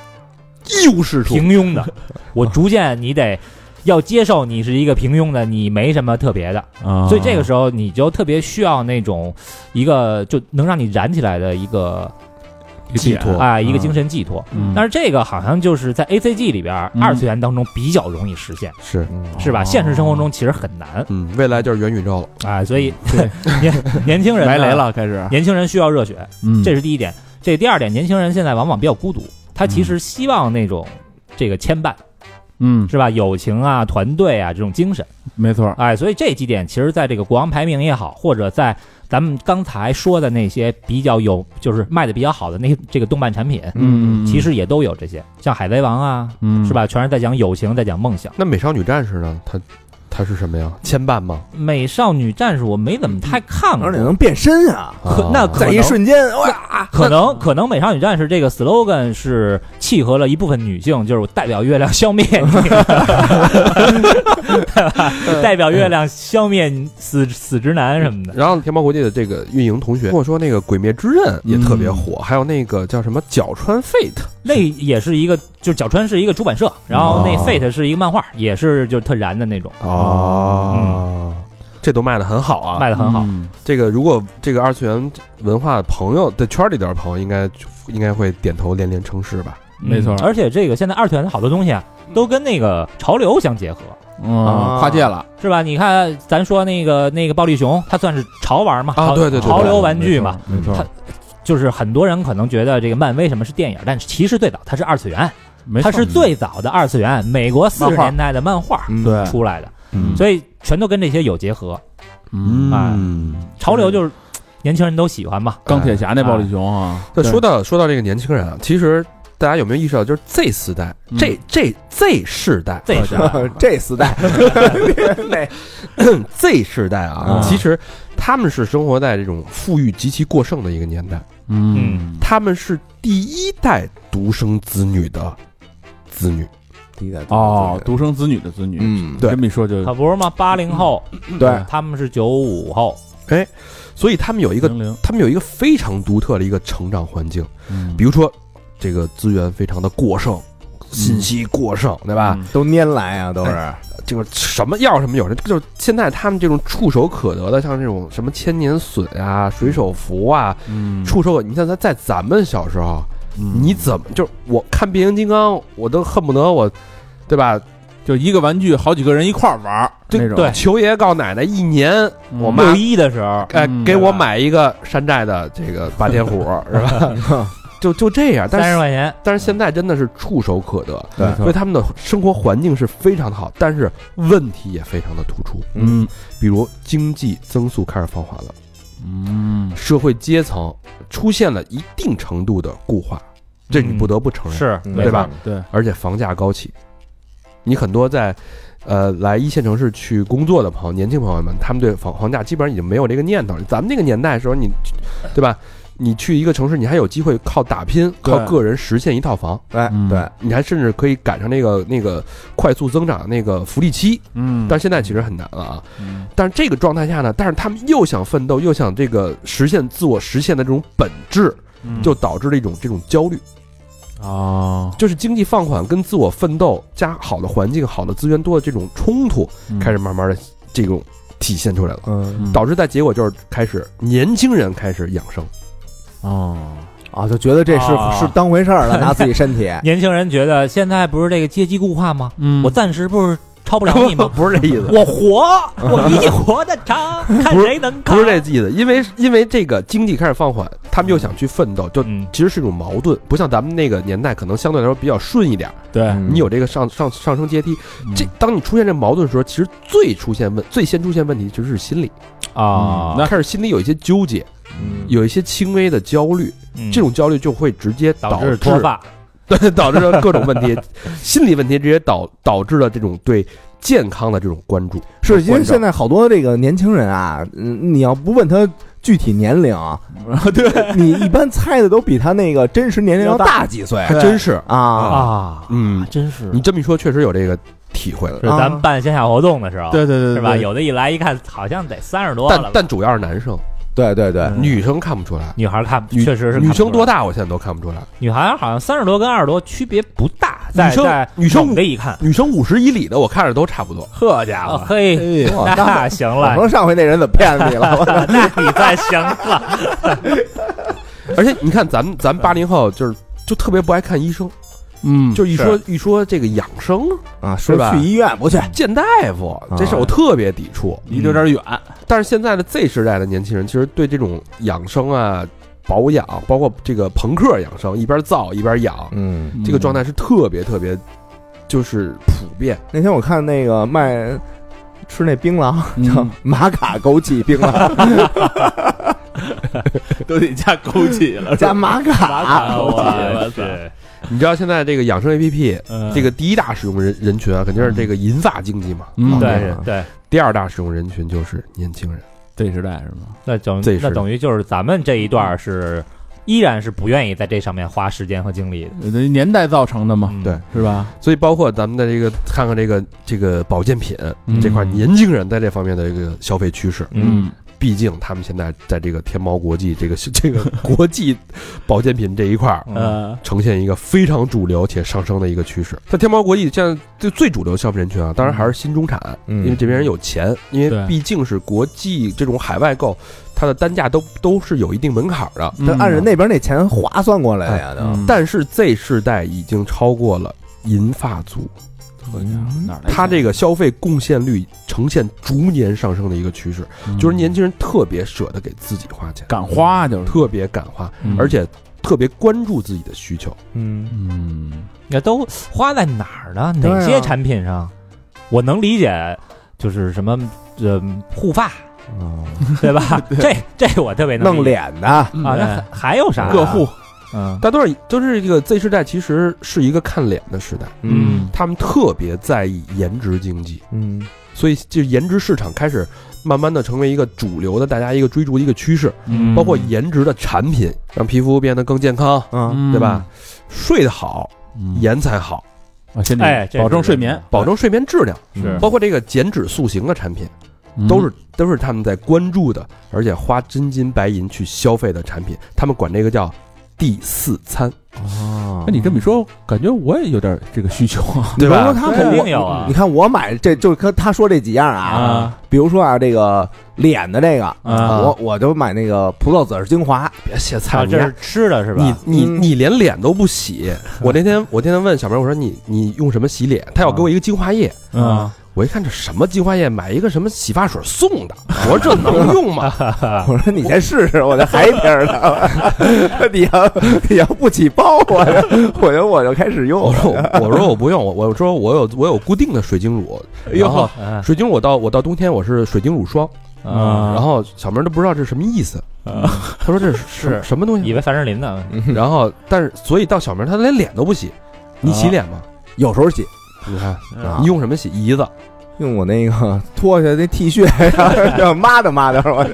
S3: 一无是处，
S5: 平 庸的。我逐渐你得要接受你是一个平庸的，你没什么特别的，
S4: 啊
S5: 所以这个时候你就特别需要那种一个就能让你燃起来的一个
S4: 寄托
S5: 啊、一个精，神寄托。
S4: 嗯
S5: 但是这个好像就是在 A C G 里边儿、
S4: 嗯
S5: 二次元当中比较容易实现，
S3: 是
S5: 是吧？
S4: 哦哎
S5: 现实生活中其实很难
S3: 嗯，未来就是元宇宙了，
S5: 啊、所以
S4: 对
S5: 年年轻人 呢
S4: 来雷，了，开始，
S5: 年轻人需要热血，
S4: 嗯
S5: 这是第一点。这第二点，年轻人现在往往比较孤独，他其实希望那种这个牵绊，
S4: 嗯，
S5: 是吧？友情啊、团队啊这种精神，
S4: 没错，
S5: 哎，所以这几点其实在这个国王排名也好，或者在咱们刚才说的那些比较有就是卖的比较好的那些这个动漫产品，
S4: 嗯，
S5: 其实也都有这些，像海贼王啊，
S4: 嗯
S5: 是？吧？全是在讲友情，在讲梦想。
S3: 那美少女战士呢？它它是什么呀？牵绊吗？
S5: 美少女战士我没
S4: 嗯
S5: 怎么太看过
S2: 而且，能变身啊，
S5: 可
S3: 啊
S5: 那可
S2: 在一
S5: 能
S2: 瞬 间， 哇，
S5: 可能可能美少女战士这个 slogan 是契合了一部分女性，就是我代表月亮消灭 你，代表月亮消灭死死直男什么的。
S3: 然后天猫国际的这个运营同学跟嗯我说，那个《鬼灭之刃》也特别火，还有那个叫什么角川 Fate，
S5: 那也是一个，就是角川是一个出版社，然后那
S3: 哦
S5: Fate 是一个漫画，也是就是特燃的那种，
S3: 哦，这都卖的很好啊。
S5: 卖的很好。
S4: 嗯
S3: 这个如果这个二次元文化的朋友的圈里的朋友，应该应该会点头连连称是吧？
S4: 没错
S5: 嗯而且这个现在二次元的好多东西啊，都跟那个潮流相结合，
S3: 啊
S4: 嗯，跨界了，
S5: 是吧？你看，咱说那个那个暴力熊，它算是潮玩嘛，
S3: 啊
S5: 潮
S3: 对对对
S5: 潮流玩具嘛。
S4: 没错，
S5: 就是很多人可能觉得这个漫威什么是电影，但其实最早它是二次元，
S4: 没错，
S5: 它是最早的二次元，美国四十
S4: 漫画
S5: 年代的漫画
S4: 对，
S5: 出来的，
S4: 嗯哎
S5: 所以全都跟这些有结合。哎
S3: 嗯，
S5: 潮流就是 年轻人都喜欢嘛，
S4: 钢铁侠那暴力熊
S5: 哎
S4: 啊，
S3: 那说到说到这个年轻人啊，其实大家有没有意识到，就是 Z 时代，
S4: 嗯
S3: 这这 Z 世代
S5: 这也是
S2: 这四 代，那
S3: Z 世代啊，
S4: 啊
S3: 其实他们是生活在这种富裕极其过剩的一个年代，
S4: 嗯，
S3: 他们是第一代独生子女的子女，
S2: 第一代
S4: 哦，独生子女的子女，
S2: 嗯，
S3: 对
S4: 这么一说就
S5: 可不是嘛？八零后，
S2: 对，
S5: 他们是九五后，
S3: 所以他们有一个
S4: 零零，
S3: 他们有一个非常独特的一个成长环境，
S4: 嗯
S3: 比如说这个资源非常的过剩。信息过剩，对吧？
S4: 嗯
S2: 都拈来啊，都是
S3: 这个什么要什么有什么，就是现在他们这种触手可得的，像这种什么千年笋啊、水手服啊，
S4: 嗯，
S3: 触手可，你像咱在咱们小时候，
S4: 嗯
S3: 你怎么就是我看变形金刚，我都恨不得我，对吧？
S4: 就一个玩具好几个人一块儿玩儿那种，
S5: 对
S3: 求爷爷告奶奶一年，
S4: 嗯
S3: 我妈
S5: 六一的时候，
S3: 哎
S4: 嗯，
S3: 给
S4: 对
S3: 我
S4: 吧
S3: 买一个山寨的这个霸 天虎，是吧？就就这样，但
S5: 三十
S3: 是
S5: 块钱，
S3: 但是现在真的是触手可得，
S2: 对
S4: 没错
S3: 所以他们的生活环境是非常的好，但是问题也非常的突出，
S4: 嗯
S3: 比如经济增速开始放缓了，
S4: 嗯，
S3: 社会阶层出现了一定程度的固化，这你不得不承认。
S5: 是
S2: 嗯
S5: 没
S3: 对吧
S5: 错？
S4: 对，
S3: 而且房价高起。你很多在呃来一线城市去工作的朋友，年轻朋友们，他们对房房价基本上已经没有这个念头了。咱们那个年代的时候，你对吧？你去一个城市，你还有机会靠打拼、
S4: 对
S3: 靠个人实现一套房，
S2: 哎
S4: 嗯
S2: 对，
S3: 你还甚至可以赶上那个那个快速增长那个福利期。
S4: 嗯，
S3: 但是现在其实很难了啊。但是这个状态下呢，但是他们又想奋斗，又想这个实现自我实现的这种本质，
S4: 嗯
S3: 就导致了一种这种焦虑。
S4: 哦，
S3: 就是经济放缓跟自我奋斗加好的环境、好的资源多的这种冲突，开始慢慢的这种体现出来了，
S2: 嗯
S3: 导致在结果就是开始年轻人开始养生，？
S4: 哦，
S2: 啊，就觉得这是
S5: 啊
S2: 是当回事儿了，拿自己身体，
S5: 年轻人觉得现在不是这个阶级固化吗？
S4: 嗯
S5: 我暂时不是超不了你吗
S3: 不是这意思，
S5: 我活，我比你活得长，看谁能嗯扛。
S3: 不是这意思，因为因为这个经济开始放缓，他们又想去奋斗，就
S5: 嗯，
S3: 其实是一种矛盾，不像咱们那个年代可能相对来说比较顺一点，
S4: 对，
S3: 你有这个上上上升阶梯。
S5: 嗯
S3: 这当你出现这矛盾的时候，其实最出现问最先出现问题就是心理，
S5: 啊，
S4: 那
S3: 开始心里有一些纠结，
S2: 嗯
S3: 有一些轻微的焦虑。
S5: 嗯
S3: 这种焦虑就会直接
S5: 导致
S3: 致
S5: 脱，发，
S3: 对，导致了各种问题，心理问题直接导导致了这种对健康的这种关注，
S2: 是因为现
S3: 在
S2: 在好多这个年轻人啊，嗯，你要不问他具体年龄， 对你一般猜的都比他那个真实年龄要大几
S5: 哎
S2: 岁
S3: 还真是，
S2: 啊。
S5: 啊，
S3: 嗯，
S5: 真是
S3: 你这么一说，确实有这个体会，
S5: 是咱们办线下活动的时候，
S4: 对对对，
S5: 是吧？有的一来一看，好像得三十多了
S3: 但
S5: 吧，
S3: 但主要是男生，
S2: 对对对，
S3: 女生看不出来，
S5: 女孩看
S3: 女
S5: 确实是看
S3: 女
S5: 不出
S3: 生
S5: 来
S3: 多，大我现在都看不出来，
S5: 女孩好像三十多跟二十多区别不大，在
S3: 女生
S5: 在
S3: 女生
S5: 猛的一看，
S3: 女生五十以里的我看着都差不多，
S2: 呵家
S5: 啊，嘿，
S2: 哎呦
S5: 那行
S2: 我
S5: 了，
S2: 说上回那人怎么骗你 了？我
S5: 那你再行了，
S3: 而且你看咱们咱八零后就是就特别不爱看医生，
S4: 嗯，
S3: 就一说一说这个养生，
S2: 啊，说
S3: 是吧
S2: 去医院不去，
S3: 见大夫这事儿我特别抵触，
S4: 嗯离得有点远，
S3: 但是现在的 Z 时代的年轻人，其实对这种养生啊、保养，包括这个朋克养生，一边造一边养，
S2: 嗯，
S3: 这个状态是特别特别，就是普遍。
S2: 那天我看那个卖吃那槟榔
S4: 嗯
S2: 叫玛卡枸杞槟榔
S4: 都得加枸杞了，
S2: 加玛卡，
S4: 枸杞，我操！
S5: 对，
S3: 你知道现在这个养生 APP，
S5: 嗯
S4: 呃
S3: 这个第一大使用人人群啊，肯定是这个银发经济嘛，
S4: 嗯
S3: 老年
S5: 对
S3: 人。
S5: 对，
S3: 第二大使用人群就是年轻人，
S4: 这时代是吗？
S5: 那等
S3: 这
S5: 于
S3: 是
S5: 那等于就是咱们这一段儿是依然是不愿意在这上面花时间和精力的，
S4: 呃这年代造成的嘛，
S5: 嗯
S3: 对
S4: 是吧？
S3: 所以包括咱们的这个看看这个这个保健品
S4: 嗯
S3: 这块，年轻人在这方面的一个消费趋势，
S5: 嗯，
S3: 毕竟他们现在在这个天猫国际这个 这个国际保健品这一块
S5: 嗯
S3: 儿。
S4: 呃，
S3: 呈现一个非常主流且上升的一个趋势。在天猫国际现在最最主流消费人群啊，当然还是新中产，
S2: 嗯
S3: 因为这边人有钱，因为
S4: 对
S3: 毕竟是国际这种海外购，它的单价都都是有一定门槛的。
S2: 但按人那边那钱划算过来的呀，都
S4: 嗯，
S3: 但是 Z 世代已经超过了银发族，
S2: 嗯
S4: 哪儿来钱？
S3: 它这个消费贡献率呈现逐年上升的一个趋势，
S4: 嗯
S3: 就是年轻人特别舍得给自己花钱，
S4: 敢花就是，
S3: 特别敢花，
S4: 嗯
S3: 而且特别关注自己的需求。
S2: 嗯，
S4: 嗯，
S5: 那都花在哪儿呢？
S2: 对啊
S5: 哪些产品上？我能理解，就是什么呃护发，
S3: 嗯
S5: 对 吧？这这我特别能
S2: 嗯弄
S5: 理解
S2: 脸的，
S5: 啊。那
S3: 嗯
S5: 还还有啥？
S4: 各户，
S5: 嗯
S3: 大多数就是这个 Z 世代，其实是一个看脸的时代，
S5: 嗯
S3: 他们特别在意颜值经济，
S2: 嗯
S3: 所以就颜值市场开始慢慢的成为一个主流的，大家一个追逐的一个趋势，
S5: 嗯
S3: 包括颜值的产品，让皮肤变得更健康，
S2: 嗯，
S4: 嗯
S3: 对吧？？睡得好，
S4: 嗯
S3: 颜才好，
S4: 啊，先
S5: 哎
S4: 得
S5: 这
S4: 保证
S5: 是
S4: 睡眠，
S3: 保证睡眠质量，
S2: 嗯
S5: 是
S3: 包括这个减脂塑形的产品，
S4: 嗯
S3: 都是都是他们在关注的，而且花真金白银去消费的产品，他们管这个叫第四餐，
S2: 哦
S4: 那哎你这么一说，感觉我也有点这个需求 啊。
S3: 对
S2: 甭
S3: 吧
S2: 说？他
S5: 肯
S2: 们
S5: 定有啊
S2: 你看我买这就是跟他说这几样啊，
S4: 啊
S2: 比如说啊，这个脸的这个，
S4: 啊
S2: 我我就买那个葡萄籽儿精华，
S3: 别卸菜
S5: 啊，
S3: 了，
S5: 这是吃的是吧？
S3: 你你
S2: 嗯
S3: 你连脸都不洗，我那天我那天问小明，我说你你用什么洗脸？他要给我一个精华液，
S5: 嗯
S4: 啊，
S3: 我一看这什么精华液，买一个什么洗发水送的，我说这能用吗？
S5: 啊
S2: 我说你先试试，我这还一瓶儿呢。 你要你要不起包，我就我就我就开始用
S3: 我。说我我说我不用，我我说我有我有固定的水晶乳，然后
S5: 嗯
S3: 水晶乳我到我到冬天我是水晶乳霜，
S5: 啊
S3: 然后小明都不知道这是什么意思，他说这是
S5: 是
S3: 什么东
S5: 嗯以
S3: 西？
S5: 为凡士林呢，
S3: 然后但是所以到小明他连脸都不洗，你洗脸吗？
S2: 有时候洗
S3: 你看
S2: 啊
S3: 你用什么洗？胰子。
S2: 用我那个脱下那 T 恤，然后抹的抹的，我就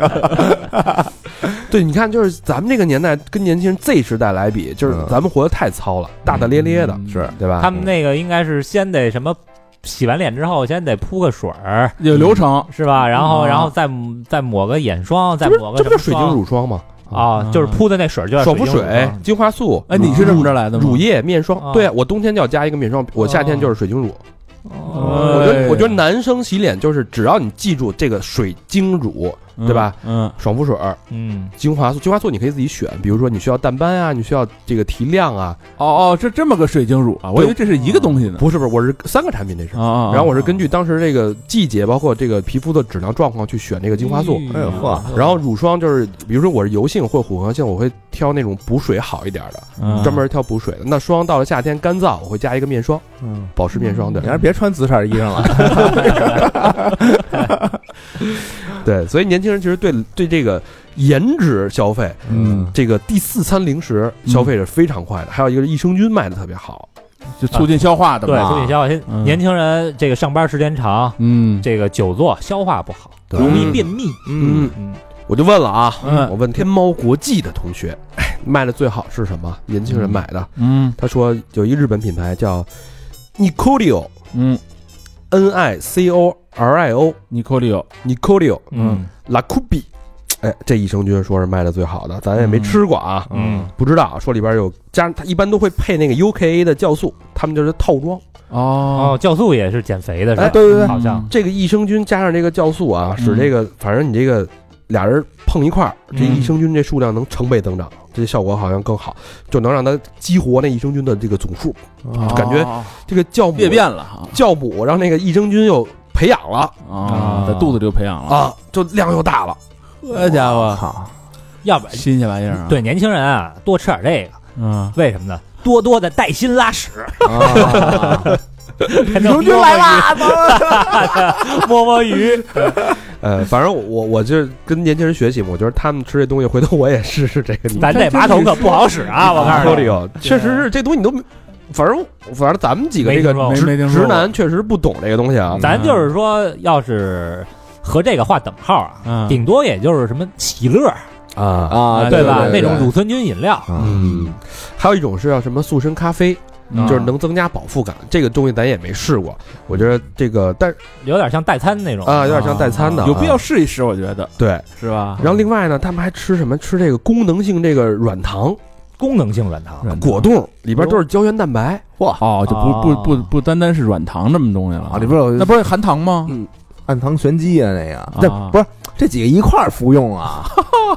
S3: 对，你看，就是咱们这个年代跟年轻人 Z 时代来比，就是
S2: 嗯
S3: 咱们活得太糙了，大大咧咧的，
S4: 嗯
S2: 是
S3: 对吧？
S5: 他们那个应该是先得什么，洗完脸之后先得铺个水儿。
S4: 有流程，
S5: 是吧？然后，
S4: 啊
S5: 然后再抹再抹个眼霜，再
S3: 嗯这不
S5: 抹
S3: 是
S5: 个
S3: 这
S5: 什么
S3: 不就是水晶乳霜吗？嗯
S5: 啊，就是铺的那水儿就叫
S3: 爽肤
S5: 水晶乳
S3: 水
S5: 霜、
S3: 精华素、
S4: 哎，你是这么着来的吗？
S3: 嗯乳液、面霜。
S5: 啊
S3: 对啊，我冬天就要加一个面霜，我夏天就是水晶乳。
S5: 哦
S3: 我觉
S4: 哎
S3: 得，我觉得男生洗脸就是只要你记住这个水晶乳、
S4: 嗯，
S3: 对吧
S4: 嗯，
S3: 爽肤水、
S5: 嗯，
S3: 精华素，精华素你可以自己选，比如说你需要淡斑啊，你需要这个提亮啊，
S4: 哦哦，这这么个水晶乳啊，我以为这是一个东西呢。
S3: 不是不是，我是三个产品这是。
S4: 啊啊，啊
S3: 然后我是根据当时这个季节，包括这个皮肤的质量状况去选这个精华素。
S4: 嗯
S2: 哎呦呵，
S3: 然后乳霜就是，比如说我是油性或混合性，我会挑那种补水好一点的，
S4: 嗯
S3: 专门挑补水的。那霜到了夏天干燥，我会加一个面霜，
S2: 嗯
S3: 保湿面霜对
S2: 你还是别穿紫色衣裳了。
S3: 对，所以年轻人其实对对这个颜值消费，
S4: 嗯，
S3: 这个第四餐零食消费是非常快的。还有一个是益生菌卖的特别好，
S4: 就促进消化的
S5: 对，
S4: 嘛。
S5: 促进消化。现
S4: 嗯
S5: 年轻人这个上班时间长，
S4: 嗯，
S5: 这个久坐消化不好，
S3: 对
S5: 容易便秘。
S2: 嗯，
S5: 嗯，
S3: 我就问了啊，
S4: 嗯
S3: 我问天猫国际的同学，哎，卖的最好是什么？年轻人买的，
S4: 嗯
S3: 他说有一日本品牌叫 Nicolio。
S4: 嗯，
S3: N I C O R I O
S4: 尼科利奥，
S3: Nicolio
S5: 嗯
S3: La c u b i 哎，这益生菌说是卖的最好的，咱也没吃过啊，
S5: 嗯
S3: 不知道啊。说里边有加上，它一般都会配那个 UKA 的酵素，他们就是套装。
S4: 哦，
S5: 哦，酵素也是减肥的是吧？
S3: 哎
S2: 对对对
S5: 好像
S3: 这个益生菌加上这个酵素啊，使这个反正你这个俩人碰一块儿，这
S5: 嗯嗯
S3: 益生菌这数量能成倍增长，这效果好像更好，就能让它激活那益生菌的这个总数。
S4: 哦
S3: 感觉这个酵母啊
S4: 裂变了哈
S3: 酵母让那个益生菌又培养了
S4: 啊，在肚子里就培养了。
S3: 啊，就量又大了。
S4: 这家伙，
S2: 嗯好，
S5: 呃要不然
S4: 新鲜玩意儿啊。，
S5: 对年轻人啊，多吃点这个，
S4: 嗯，
S5: 为什么呢？多多的带薪拉屎，
S2: 刘军来啦！
S5: 摸摸鱼，
S3: 呃，反正我我就是跟年轻人学习嘛，我觉得他们吃这东西，回头我也试试这个。
S5: 咱这马桶可不好使啊！我告
S3: 说
S5: 诉
S3: 这
S5: 你，
S3: 个，哦确实是这东西你都没，反正反正咱们几个这
S5: 没
S3: 个
S5: 听说过嗯
S3: 直
S4: 没听说过
S3: 直男确实不懂这个东西啊。
S5: 咱就是说，要是和这个划等号啊，
S4: 嗯
S5: 顶多也就是什么喜乐，
S3: 啊，
S2: 啊，
S5: 对
S2: 对
S5: 吧？
S2: 对啊
S5: 那种乳酸菌饮料，
S3: 嗯，还有一种是叫什么速生咖啡，
S4: 啊
S5: 嗯
S3: 就是能增加饱腹感，这个东西咱也没试过。我觉得这个，但是
S5: 有点像代餐那种
S3: 啊，有点像代餐的，
S4: 有必要
S3: 啊
S4: 试一试，我觉得
S3: 对。
S4: 是吧？
S3: 然后另外呢，他们还吃什么？吃这个功能性这个软糖
S5: 功能性软糖。
S3: 果冻，里边都是胶原蛋白。
S4: 哦，就不
S5: 啊
S4: 不不不单单是软糖这么东西了
S2: 啊，里边有
S4: 那不是含糖吗？
S2: 暗藏玄机啊，那个那
S4: 啊
S2: 不是这几个一块儿服用啊，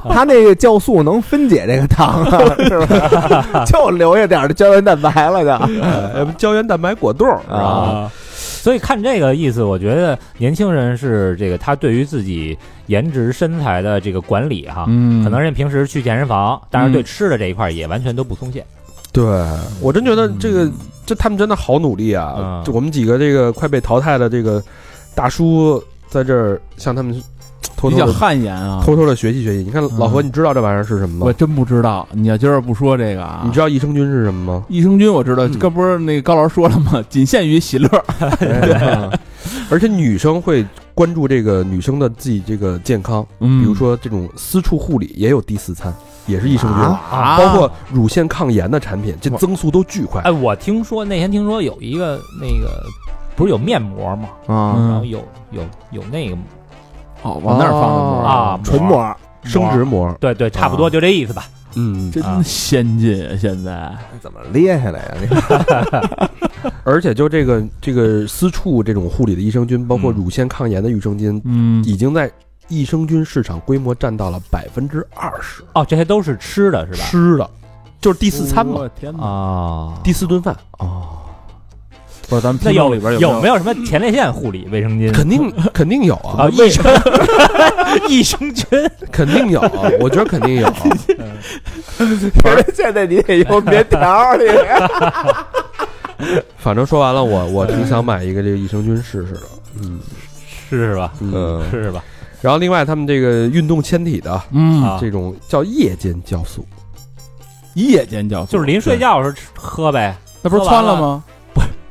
S2: 它那个酵素能分解这个糖啊，是吧？就留下点儿胶原蛋白了就
S3: 呃，胶原蛋白果冻
S2: 啊，
S5: 所以看这个意思，我觉得年轻人是这个他对于自己颜值身材的这个管理哈，
S4: 嗯，
S5: 可能人平时去健身房，但是
S4: 嗯
S5: 对吃的这一块也完全都不松懈。
S3: 对我真觉得这个，
S4: 嗯
S3: 这他们真的好努力啊！
S5: 嗯
S3: 就我们几个这个快被淘汰的这个大叔，在这儿向他们偷
S4: 比
S3: 偷
S4: 较
S3: 的
S4: 汗颜啊。
S3: 偷偷的学习学习。你看老何，你知道这玩意儿是什
S4: 我
S3: 么吗？
S4: 真不知道，你要今儿不说这个啊，
S3: 你知道益生菌是 什么吗？
S4: 益生菌我知道，
S3: 嗯
S4: 刚不是那个高老师说了吗？仅限于喜乐，
S3: 啊而且女生会关注这个女生的自己这个健康，
S4: 嗯
S3: 比如说这种私处护理也有第四餐，也是益生菌，
S4: 啊，
S3: 包括乳腺抗炎的产品，这增速都巨快。
S5: 哎，我听说那天听说有一个那个不是有面膜吗？
S2: 啊，
S5: 然后
S4: 嗯，
S5: 有有有那个
S4: 哦，往那儿放的膜儿
S5: 啊，
S2: 纯膜儿，
S3: 生殖膜，
S5: 对对，差不多就这意思吧。
S3: 嗯，
S5: 啊
S4: 真先进啊！现在
S2: 怎么裂下来啊呀？那个
S3: 而且就这个这个私处这种护理的益生菌，包括乳腺抗炎的益生菌，
S4: 嗯
S3: 已经在益生菌市场规模占到了百分之二十，
S5: 哦，这些都是吃的是吧？
S3: 吃的，就是第四餐
S5: 哦
S3: 嘛，
S4: 我天哪！
S5: 啊，
S3: 第四顿饭，
S4: 不是咱们
S5: 那
S4: 听
S5: 有
S4: 众里边
S5: 有
S4: 没
S5: 没有什么前列腺护理卫生巾？
S3: 肯定肯定有啊
S5: 嗯 啊，，益生 益生菌
S3: 肯定有啊，我觉得肯定有啊。
S2: 现在你得用棉条儿，你
S3: 反正说完了，我我挺想买一个这个益生菌试试的，嗯
S5: 是是吧？
S3: 嗯。
S2: 嗯
S5: 是吧？
S3: 然后另外他们这个运动纤体的
S4: 嗯
S5: 啊
S3: 这种叫夜间酵素，
S4: 夜间酵素
S5: 就是临睡觉的时候吃喝呗。
S4: 那不是窜了吗？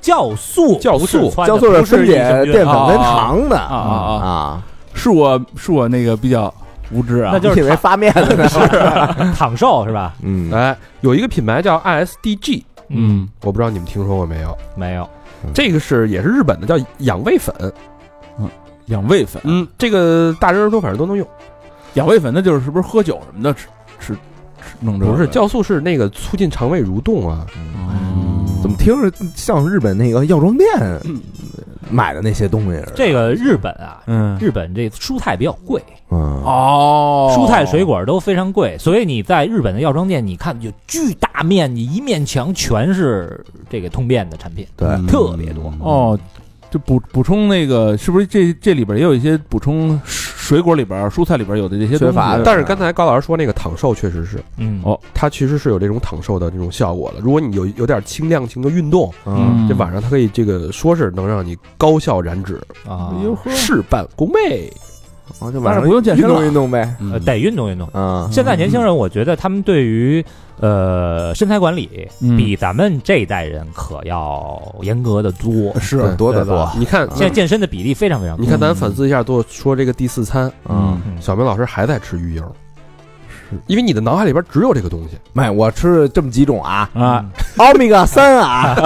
S5: 酵素，
S3: 酵
S5: 不
S3: 素
S5: 是穿的
S2: 酵素是
S5: 不是
S2: 分
S5: 益
S2: 解
S5: 生菌
S2: 淀
S5: 啊
S2: 粉跟糖的
S4: 啊啊啊！
S2: 啊，
S4: 是我是我那个比较无知啊
S5: 那，就
S2: 你以
S5: 是
S2: 为发面的呢？
S5: 躺躺啊瘦是吧？
S2: 嗯
S3: 哎，有一个品牌叫 ISDG，
S4: 嗯，
S3: 我不知道你们听说过没有？
S5: 没有
S3: 这个是也是日本的，叫养胃粉。
S4: 养胃粉，
S3: 嗯，这个大人儿童反正都能用。
S4: 养胃粉那就是是不是喝酒什么的吃吃吃弄这个
S3: 不是酵素是那个促进肠胃蠕动啊，
S4: 嗯
S2: 怎么听着像日本那个药妆店买的那些东西似的？
S5: 这个日本啊，
S4: 嗯
S5: 日本这蔬菜比较贵，
S2: 嗯
S4: 哦，
S5: 蔬菜水果都非常贵，所以你在日本的药妆店，你看有巨大面积，一面墙全是这个通便的产品，
S2: 对嗯
S5: 特别多。
S4: 哦。就补补充那个，是不是这这里边也有一些补充水果里边、蔬菜里边有的这些
S2: 缺
S4: 东西啊
S2: 乏的
S3: 但是刚才高老师说那个躺瘦确实是，
S5: 嗯，
S4: 哦
S3: 它其实是有这种躺瘦的这种效果的。如果你有有点轻量型的运动，
S4: 嗯
S3: 这晚上它可以这个说是能让你高效燃脂，
S5: 啊，
S3: 事半功倍。
S2: 啊，就晚上
S4: 不用健身
S2: 运
S4: 了
S2: 动运动呗。
S5: 呃得运动运动。
S2: 嗯，
S5: 现在年轻人，我觉得他们对于呃身材管理
S4: 嗯
S5: 比咱们这一代人可要严格的多。
S4: 是
S2: 很多的
S5: 对吧
S2: 多，
S3: 你看，
S5: 现在健身的比例非常非常
S3: 你
S5: 高。
S3: 看，咱反思一下，做说这个第四餐，
S2: 嗯，
S5: 嗯
S3: 小明老师还在吃鱼油，是因为你的脑海里边只有这个东西。
S2: 没，我吃这么几种啊，
S5: 嗯
S4: 啊，
S2: 欧米伽三啊，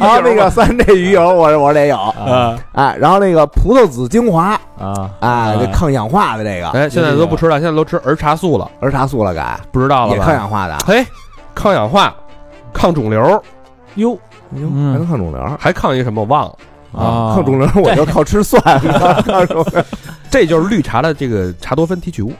S2: 欧米伽三这鱼油我我得有
S5: 啊
S2: 啊，然后那个葡萄籽精华
S5: 啊，
S2: 啊，这抗氧化的这个
S3: 哎，现在都不吃了，现在都吃儿茶素了，
S2: 儿茶素了改，
S3: 不知道了
S2: 也抗
S3: 吧？
S2: 氧化的，
S3: 嘿，抗氧化，抗肿瘤，
S5: 哟，
S2: 哎还能抗肿瘤
S3: 还抗一个什么我忘了。
S4: 啊
S2: 抗肿瘤我就靠吃蒜，抗肿瘤
S3: 这就是绿茶的这个茶多酚提取物，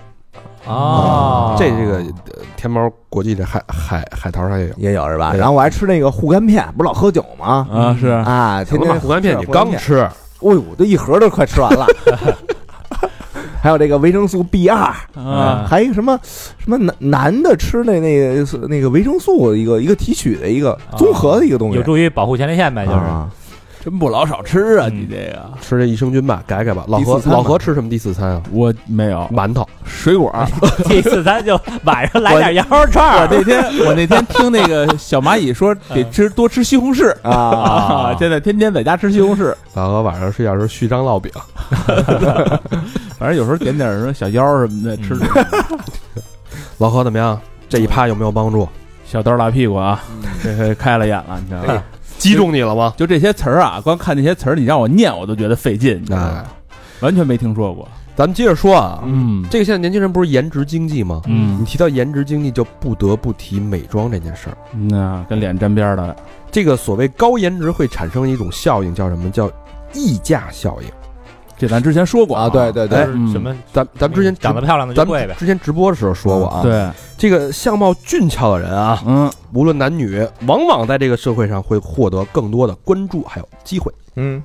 S5: 哦，
S3: 这这个呃天猫国际的海海海淘上也有。
S2: 也有是吧？
S3: 对
S2: 然后我还吃那个护肝片，不是老喝酒吗？
S4: 啊是
S2: 啊，天
S3: 行了
S2: 天
S3: 吧，护肝片
S2: 吃
S3: 你刚，吃，
S2: 护肝片哎呦，这一盒都快吃完了。还有这个维生素 B 二，
S5: 嗯
S3: 哎
S4: 啊，
S2: 还有一个什么什么男男的吃那那那个维生素的一个一个提取的一个综合的一个东西
S5: 有，助于保护前列腺呗，就是。
S2: 啊，
S4: 真不老少吃啊，
S5: 嗯
S4: 你这个
S3: 吃这益生菌吧，改改吧。老
S2: 第
S3: 何
S2: 四餐吧
S3: 老何吃什么第四餐啊？
S4: 我没有
S3: 馒头，
S4: 水果。
S5: 第四餐就晚上来点羊肉串
S4: 我
S5: 儿
S4: 那天我那天听那个小蚂蚁说得吃多吃西红柿
S2: 啊，
S4: 啊，现在天天在家吃西红柿，
S3: 老何晚上睡觉时候续张烙饼，
S4: 反正有时候点点什么小腰什么的吃。
S3: 老何怎么样？这一趴有没有帮助？
S4: 小刀拉屁股啊，这回开了眼了，你知道吗？
S3: 击中你了吗？
S4: 就这些词儿啊，光看这些词儿，你让我念我都觉得费劲，你知道吗
S3: 哎，
S4: 完全没听说过。
S3: 咱们接着说啊，
S4: 嗯
S3: 这个现在年轻人不是颜值经济吗？
S5: 嗯
S3: 你提到颜值经济，就不得不提美妆这件事儿。
S4: 嗯那跟脸沾边儿的，
S3: 这个所谓高颜值会产生一种效应，叫什么？叫溢价效应。
S4: 这咱之前说过
S2: 啊，对对
S5: 就
S2: 对，
S5: 是
S4: 嗯
S5: 什么？
S3: 哎咱咱们之前直
S5: 长得漂亮的就
S3: 咱
S5: 贵呗
S3: 们。之前直播的时候说过啊，
S4: 对，
S3: 这个相貌俊俏的人啊，
S4: 嗯，
S3: 无论男女，往往在这个社会上会获得更多的关注还有机会。
S2: 嗯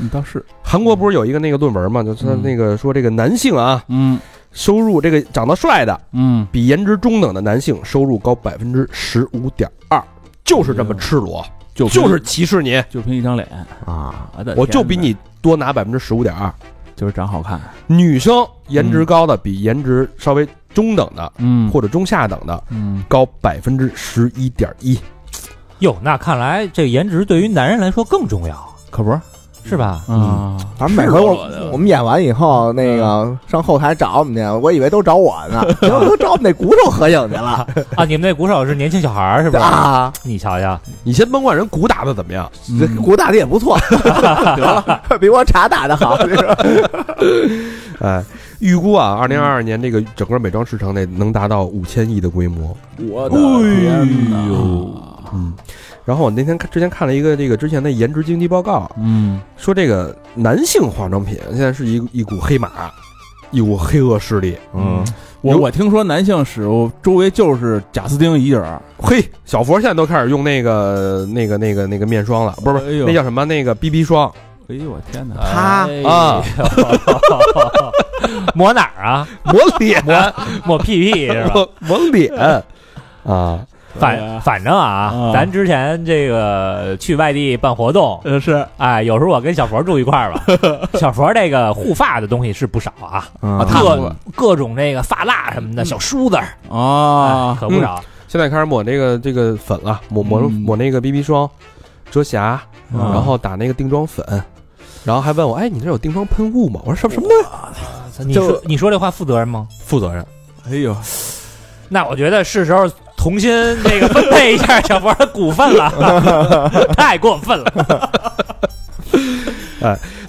S4: 你倒是，
S3: 韩国不是有一个那个论文嘛，就是他
S4: 嗯
S3: 那个说这个男性啊，
S4: 嗯
S3: 收入这个长得帅的
S4: 嗯，
S3: 比颜值中等的男性收入高百分之十五点二，就是这么赤裸，
S4: 就凭
S3: 哎就是歧视你，
S4: 就凭一张脸，
S2: 啊，
S4: 我的
S3: 我就
S4: 天
S3: 比
S4: 哪
S3: 你多拿百分之十五点二。
S4: 就是长好看，
S3: 女生颜值高的比颜值稍微中等的
S4: 嗯
S3: 或者中下等的
S4: 嗯，
S3: 高百分之十一点一，
S5: 哟，那看来这个颜值对于男人来说更重要，
S4: 可不是
S5: 是 吧？
S4: 啊，
S3: 嗯
S2: 反正每回我我们演完以后，那个上后台找我们去，我以为都找我呢，结果都找我们那鼓手合影去了
S5: 啊，你们那鼓手是年轻小孩儿是吧？
S2: 啊，
S5: 你瞧瞧，
S3: 你先甭管人鼓打的怎么样，
S2: 这鼓打的也不错，得了，比我茶打的好，这个
S3: 哎，预估啊，二零二二年这个整个美妆市场得能达到五千亿的规模。
S4: 我的天
S3: 哎
S4: 哪，
S3: 嗯，然后我那天看之前看了一个这个之前的颜值经济报告，
S4: 嗯，
S3: 说这个男性化妆品现在是一一股黑马，一股黑恶势力。
S4: 嗯，我我听说男性使用周围就是贾斯汀一人儿，
S3: 嘿，小佛现在都开始用那个那个那个那个面霜了，不是不
S4: 哎
S3: 是，
S4: 呦
S3: 那叫什么？那个 BB 霜
S4: 哎呦我天哪，
S2: 他
S5: 哎
S3: 啊，
S5: 抹哪儿啊？
S3: 抹脸，
S5: 抹屁屁 是吧？
S3: 抹抹脸
S5: 哎
S3: 啊，
S5: 反反正啊
S4: 啊，
S5: 咱之前这个去外地办活 动，
S4: 呃是
S5: 哎，有时候我跟小佛住一块儿吧。小佛这个护发的东西是不少啊，
S2: 啊
S3: 他
S5: 各各种那个发蜡什么的，小梳子儿
S3: 嗯
S5: 哎
S4: 啊，
S5: 可不少。
S3: 现在开始抹那个这个粉了，抹抹
S4: 嗯
S3: 抹那个 BB 霜，遮瑕，
S5: 嗯
S3: 然后打那个定妆粉，然后还问我，哎，你这有定妆喷雾吗？我说什么什么东西？
S5: 你
S2: 就
S5: 说你说这话负责任吗？
S3: 嗯负责任，
S4: 哎呦，
S5: 那我觉得是时候重新那个分配一下小博的股份了， 太过分了。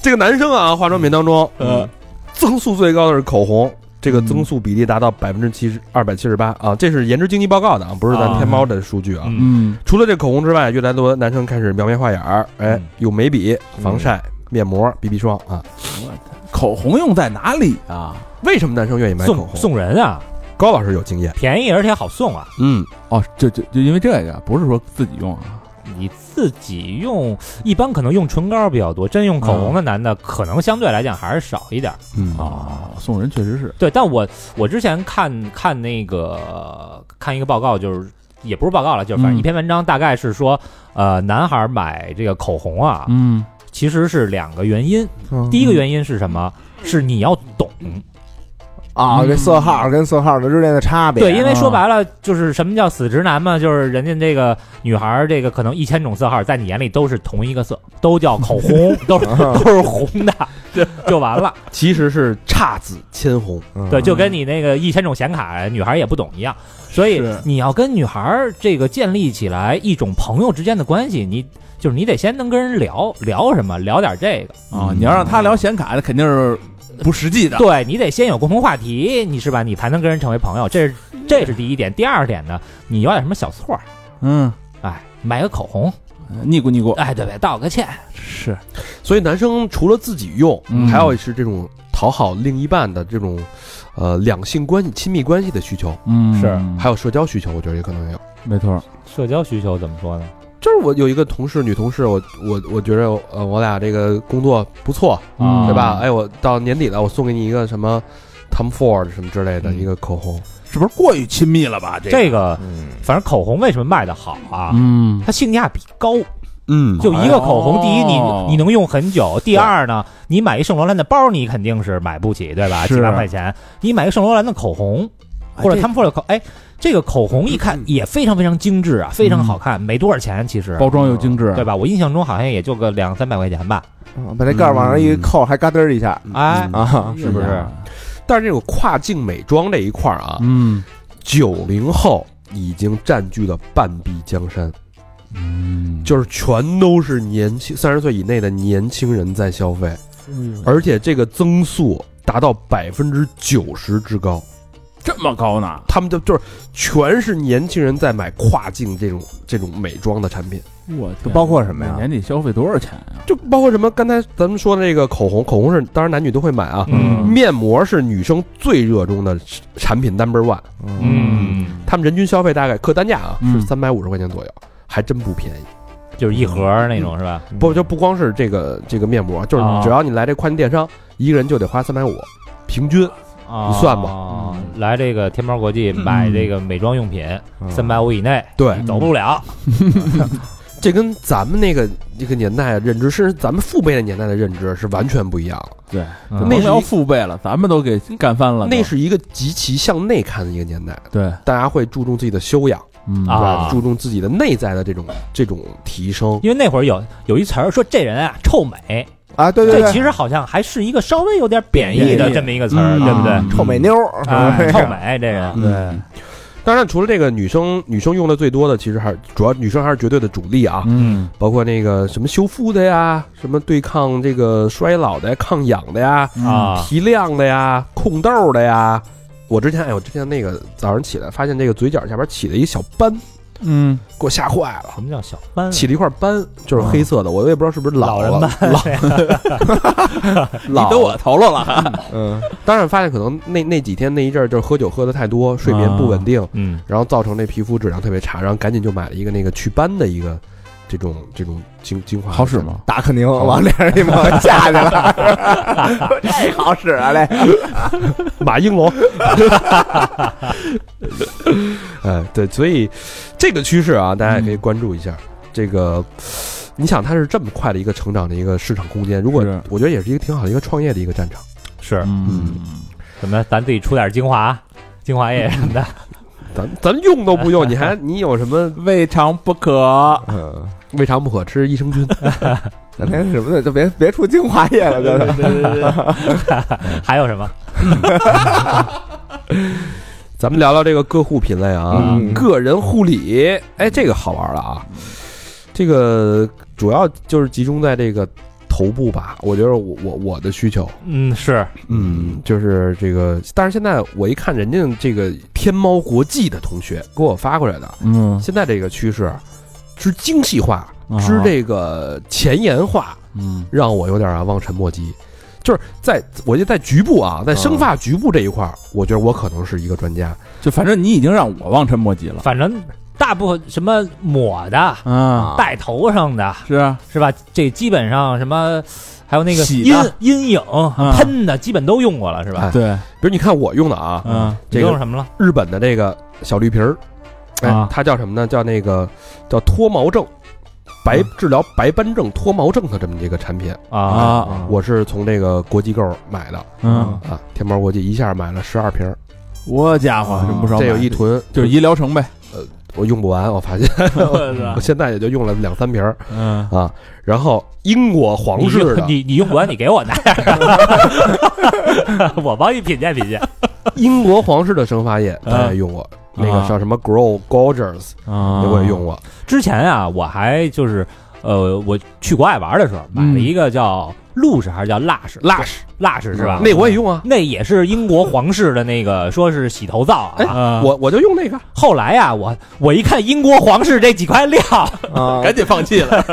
S3: 这个男生啊，化妆品当中，
S5: 嗯
S3: 呃，增速最高的是口红，这个增速比例达到百分之七十二百七十八啊，这是颜值经济报告的啊，不是咱
S5: 啊
S3: 天猫的数据啊。
S5: 嗯
S4: 嗯
S3: 除了这口红之外，越来越多男生开始描眉画眼儿，哎
S5: 嗯，
S3: 用眉笔、防晒、面膜、BB 霜啊。
S4: 口红用在哪里啊？
S3: 为什么男生愿意买口
S5: 送
S3: 红？
S5: 送人啊，
S3: 高老师有经验，
S5: 便宜而且好送啊。
S3: 嗯，
S4: 哦，就就就因为这个，不是说自己用啊，
S5: 你自己用，一般可能用唇膏比较多，真用口红的男的可能相对来讲还是少一点儿。
S3: 嗯
S4: 啊，送人确实是，
S5: 对，但我我之前看看那个看一个报告，就是也不是报告了，就是反
S4: 嗯
S5: 正一篇文章，大概是说，呃，男孩买这个口红啊，
S4: 嗯
S5: 其实是两个原因。第一个原因是什么？
S4: 嗯
S5: 是你要懂，
S2: 啊，这色号跟色号的之间的差别，
S5: 对，因为说
S4: 啊
S5: 白了就是什么叫死直男嘛，就是人家这个女孩儿这个可能一千种色号，在你眼里都是同一个色，都叫口 红，都是
S4: 啊
S5: 都是红的，就完了。
S4: 嗯
S3: 其实是姹紫千红。
S5: 对，就跟你那个一千种显卡，女孩儿也不懂一样。所以
S4: 是
S5: 你要跟女孩儿这个建立起来一种朋友之间的关系，你就是你得先能跟人聊聊什么，聊点这个。
S4: 啊，你要让他聊显卡，那肯定是不实际的，
S5: 对你得先有共同话题，你是吧？你才能跟人成为朋友，这是这是第一点。第二点呢，你有点什么小错儿，
S4: 嗯，
S5: 哎，买个口红，
S4: 呃腻咕腻咕，
S5: 哎，对对，道个歉，
S4: 是，
S3: 所以男生除了自己用，
S4: 嗯
S3: 还有是这种讨好另一半的这种，呃，两性关系、亲密关系的需求，
S4: 嗯啊
S5: 是
S3: 还有社交需求，我觉得也可能有。
S4: 没错，
S5: 社交需求怎么说呢？
S3: 就是我有一个同事，女同事，我我我觉着呃，我俩这个工作不错，
S4: 嗯
S5: 啊，
S3: 对吧？？哎，我到年底了，我送给你一个什么 Tom Ford 什么之类的一个口红，啊
S4: 是不是过于亲密了吧？这
S5: 这个
S2: 嗯，
S5: 反正口红为什么卖的好啊？
S4: 嗯，
S5: 它性价比高，
S3: 嗯
S5: 就一个口红，
S4: 哦
S5: 第一你你能用很久，第二呢，你买一圣罗兰的包你肯定是买不起，对吧？
S4: 是
S5: 几万块钱，你买一个圣罗兰的口红，或者他们说的口，哎，这个口红一看也非常非常精致啊，非常好看，没多少钱其实，
S4: 包装又精致，
S5: 对吧？我印象中好像也就个两三百块钱吧，
S2: 啊把这盖儿往上一扣，还嘎噔儿一下
S5: 哎
S3: 嗯
S2: 啊，
S5: 是不是？
S3: 但是这种跨境美妆这一块儿啊，
S4: 嗯
S3: 九零后已经占据了半壁江山，
S4: 嗯，
S3: 就是全都是年轻三十岁以内的年轻人在消费，
S2: 嗯
S3: 而且这个增速达到百分之九十之高。
S4: 这么高呢？
S3: 他们就就是全是年轻人在买跨境这种这种美妆的产品，
S4: 我
S2: 这包括什么呀
S4: 每年得消费多少钱啊？
S3: 就包括什么刚才咱们说的那个口红，口红是当然男女都会买啊，
S5: 嗯
S3: 面膜是女生最热衷的产品 number one，
S5: 嗯，
S3: 他们人均消费大概客单价啊
S4: 嗯
S3: 是三百五十块钱左右，还真不便宜。
S5: 就是一盒那种是吧？
S3: 不就不光是这个这个面膜，就是
S5: 啊
S3: 只要你来这跨境电商，一个人就得花三百五，平均。
S5: 啊，
S3: 你算吧
S5: 吧，啊来这个天猫国际买这个美妆用品，三百五以内
S3: 对，
S5: 走不了，
S3: 这跟咱们那个那个年代的认知，甚至咱们父辈的年代的认知是完全不一样的。
S4: 对，
S5: 嗯
S3: 那
S4: 甭
S3: 是
S4: 聊
S3: 一
S4: 父辈了，咱们都给干翻了都。
S3: 那是一个极其向内看的一个年代，
S4: 对，
S3: 大家会注重自己的修养，
S4: 嗯
S5: 啊
S3: 是吧注重自己的内在的这种这种提升。
S5: 因为那会儿有有一词儿说这人啊臭美，
S2: 啊，对对
S5: 这
S2: 对，
S5: 其实好像还是一个稍微有点贬义的
S4: 贬义
S5: 这么一个词儿，对不对？
S4: 嗯
S2: 臭美妞儿，
S5: 哎，
S2: 是
S5: 臭
S2: 吧
S5: 美这人，
S4: 嗯
S3: 当然，除了这个女生，女生用的最多的其实还是主要女生还是绝对的主力啊，
S4: 嗯
S3: 包括那个什么修复的呀，什么对抗这个衰老的呀、抗氧的呀、
S5: 啊，
S3: 提亮的呀、控痘的呀。我之前哎，我之前那个早上起来发现这个嘴角下边起了一小斑，
S4: 嗯，
S3: 给我吓坏了。
S5: 什么叫小班啊？
S3: 起了一块斑，就是黑色的，我也不知道是不是老了
S5: 老人
S3: 老老
S4: 你
S3: 了
S4: 得我头了了。
S2: 嗯，
S3: 当然发现可能那那几天那一阵儿就是喝酒喝的太多，睡眠不稳定，
S5: 嗯，
S3: 然后造成那皮肤质量特别差，然后赶紧就买了一个那个祛斑的一个这种这种精精华，
S4: 好使吗？
S2: 打肯宁往脸上一抹，下去了，这好使啊嘞，
S3: 马应龙。 哎，对，所以这个趋势啊，大家也可以关注一下。这个，你想它是这么快的一个成长的一个市场空间，如果
S4: 是
S3: 我觉得也是一个挺好的一个创业的一个战场。
S5: 是
S4: 嗯，
S5: 什么？咱自己出点精华，啊精华液什么的，
S3: 咱咱用都不用，你还你有什么
S4: 未尝不可。
S2: 嗯，
S3: 未尝不可吃益生菌？
S2: 咱连什么的就别别出精华液了，就是
S5: 还有什么？
S3: 咱们聊聊这个个护品类啊，
S2: 嗯
S3: 个人护理，哎，这个好玩了啊。这个主要就是集中在这个头部吧，我觉得我我我的需求，
S5: 嗯，是
S3: 嗯，就是这个。但是现在我一看人家这个天猫国际的同学给我发过来的，
S4: 嗯，
S3: 现在这个趋势之精细化，之
S4: 啊
S3: 这个前沿化，
S4: 嗯
S3: 让我有点啊望尘莫及。就是在我就在局部啊，在生发局部这一块儿，我觉得我可能是一个专家。
S4: 就反正你已经让我望尘莫及了
S5: 反正大部分什么抹的、
S4: 啊，
S5: 戴头上的，
S4: 是啊，
S5: 是吧？这基本上什么，还有那个
S4: 洗
S5: 阴
S4: 的
S5: 阴影
S3: 啊
S5: 喷的，基本都用过了，是吧
S3: 哎？
S4: 对，
S3: 比如你看我用的啊，
S4: 嗯
S5: 你
S3: 这个
S5: 用什么了？
S3: 日本的这个小绿瓶儿，哎，
S4: 啊
S3: 它叫什么呢？叫那个叫脱毛症，白
S4: 嗯
S3: 治疗白斑症、脱毛症的这么一个产品。
S5: 啊，
S4: 啊，
S3: 我是从这个国际购买的
S4: 嗯，
S3: 啊，天猫国际一下买了十二瓶儿，
S4: 我家伙真不少买，
S3: 啊这有一囤，
S4: 就是医疗城呗，
S3: 我用不完，我发现
S4: 是吧
S3: 我现在也就用了两三瓶儿
S4: 嗯，
S3: 啊。然后英国皇
S5: 你
S3: 室的
S5: 用你你用不完，你给我 拿点儿，我帮你品鉴品鉴。
S3: 英国皇室的生发液，大家也用过。那个叫什么 Grow Gorgeous，
S4: 啊
S3: 我也用过。
S5: 之前啊，我还就是呃，我去国外玩的时候买了
S3: 嗯
S5: 一个叫露氏还是叫 Lush Lush Lush 是吧？
S3: 那我也用啊，
S5: 那也是英国皇室的那个，说是洗头皂啊。
S4: 啊，
S3: 哎我我就用那个。
S5: 后来啊，我我一看英国皇室这几块料，
S2: 啊，
S4: 紧放弃了，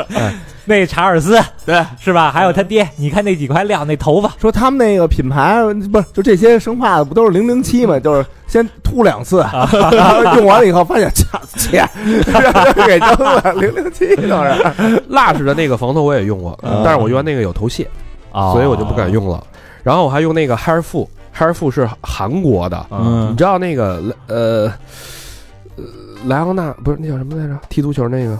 S5: 那查尔斯
S4: 对
S5: 是吧？还有他爹，你看那几块料，那头发，
S2: 说他们那个品牌不是就这些生化的不都是零零七吗？就是先吐两次，然后用完了以后发现操切，然后就 给扔了零零七倒是。
S3: ，Lush 的那个防头我也用过，
S2: 啊
S3: 但是我用完那个有头屑，
S5: 啊，
S3: 所以我就不敢。用了。然后我还用那个 Hair Fu，Hair Fu 是韩国的，
S5: 嗯
S3: 你知道那个呃呃莱昂纳不是那叫什么来着？踢足球那个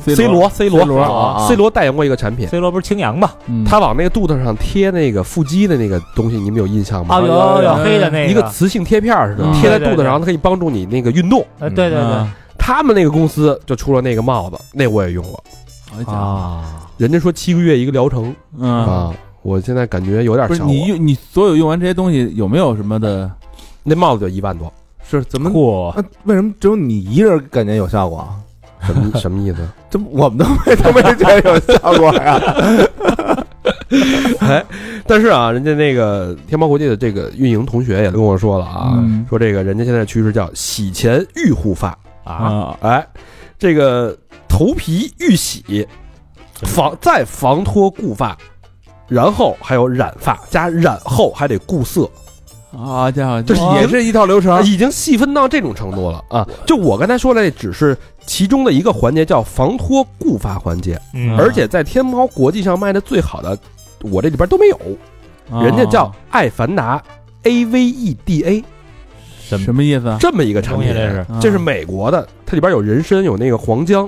S4: C
S3: 罗 C
S4: 罗
S3: 罗
S2: 啊啊
S3: C 罗代言过一个产
S4: 嗯
S3: 品，
S5: ，C 罗不是青羊吗？
S3: 他往那个肚子上贴那个腹肌的那个东西，你们有印象
S5: 啊，
S3: 吗？
S5: 有有有黑的那
S3: 一个磁性贴片儿似的
S4: 嗯，
S3: 贴在
S5: 对对
S3: 肚子
S5: 对
S3: 上，它可以帮助你那个运动。
S5: 呃，对对
S4: 啊
S5: 对，
S3: 他们那个公司就出了那个帽子，那我也用过，
S4: 对啊，
S5: 啊，
S3: 人家说七个月一个疗程
S4: 嗯，
S3: 啊，我现在感觉有点
S4: 不是
S3: 效果。
S4: 你用你所有用完这些东西有没有什么的？
S3: 那帽子就一万多，
S2: 是怎么？
S5: 酷，
S2: 啊为什么只有你一人感觉有效果？
S3: 什么什么意思？
S2: 这不我们都没都没觉得有效果呀？
S3: 哎但是啊，人家那个天猫国际的这个运营同学也跟我说了啊，
S4: 嗯
S3: 说这个人家现在趋势叫洗钱预护发，
S5: 啊，
S4: 啊，
S3: 哎，这个头皮预洗，防再防脱固发，然后还有染发，加染后还得固色，
S4: 好家伙，
S3: 这是
S4: 也是一套流
S2: 啊
S4: 程
S3: 已经细分到这种程度了啊！就我刚才说的，只是其中的一个环节，叫防脱固发环节，
S5: 嗯
S3: 而且在天猫国际上卖的最好的，我这里边都没有，
S4: 啊
S5: 哦
S3: 人家叫爱凡达 A V E D A
S5: 什
S4: 什么意思啊？
S3: 这么一个产品
S5: 东西这是
S4: 啊
S3: 这是美国的，它里边有人参，有那个黄姜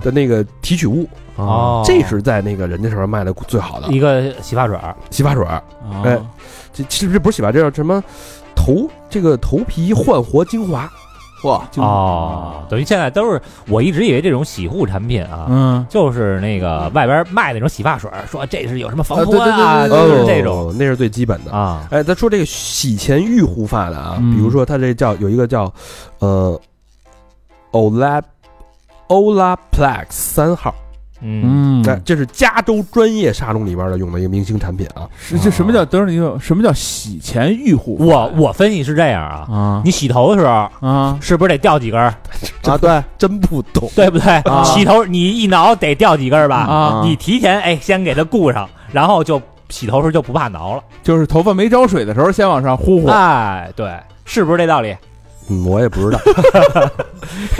S4: 嗯
S3: 的那个提取物，
S5: 哦，
S3: 这是在那个人家上面卖的最好的
S5: 一个洗发水儿
S3: 洗发水儿。
S4: 啊
S3: 哎这其实这不是洗发，这叫什么？头这个头皮焕活精华，
S2: 哇，
S4: 就
S5: 哦，等于现在都是我一直以为这种洗护产品啊，
S4: 嗯，
S5: 就是那个外边卖那种洗发水儿，说这是有什么防
S2: 啊对
S5: 脱啊，
S2: 对
S5: 就
S2: 对
S5: 是这种
S3: 哦那是最基本的。
S5: 啊，
S3: 哎，咱说这个洗前预护发的啊，
S4: 嗯
S3: 比如说它这叫有一个叫呃，Ola Olaplex 三号，
S5: 嗯，
S4: 嗯，
S3: 哎，这是加州专业沙龙里边的用的一个明星产品啊。
S4: 是这什么叫等会儿你说什么叫洗钱预护发？
S5: 我我分析是这样啊，
S4: 啊
S5: 你洗头的时候
S4: 啊
S5: 是不是得掉几根儿，
S2: 啊，对，
S3: 真不懂，
S5: 对不对
S2: 啊？
S5: 洗头你一挠得掉几根儿吧？
S4: 啊，
S5: 你提前哎先给它固上，然后就洗头时候就不怕挠了。
S4: 就是头发没着水的时候先往上呼呼，
S3: 啊
S5: 哎，对，是不是这道理？
S3: 嗯我也不知道。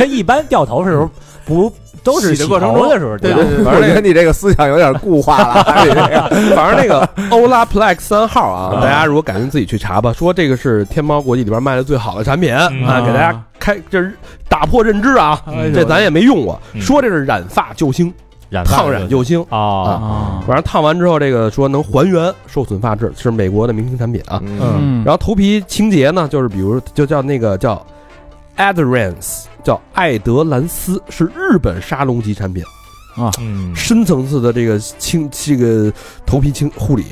S5: 一般掉头的时候不都是
S4: 洗
S5: 洗
S4: 的过程
S5: 头的时候掉？
S4: 对对 对
S2: 我觉得你这个思想有点固化了。你这个
S3: 反正那个 Olaplex 三号啊，
S5: 啊
S3: 大家如果感兴趣自己去查吧。说这个是天猫国际里边卖的最好的产品啊，
S5: 嗯
S3: 给大家开就是打破认知啊。
S5: 哎呦
S3: 这咱也没用过，
S5: 嗯
S3: 说这是染发救星，
S5: 染发
S3: 烫染救星。
S5: 哦，
S4: 啊，
S3: 反正烫完之后，这个说能还原受损发质，是美国的明星产品啊。
S2: 嗯，
S4: 嗯，
S3: 然后头皮清洁呢，就是比如就叫那个叫 Adherence，叫艾德兰斯，是日本沙龙级产品，
S5: 嗯
S3: 深层次的这个清这个头皮清护理，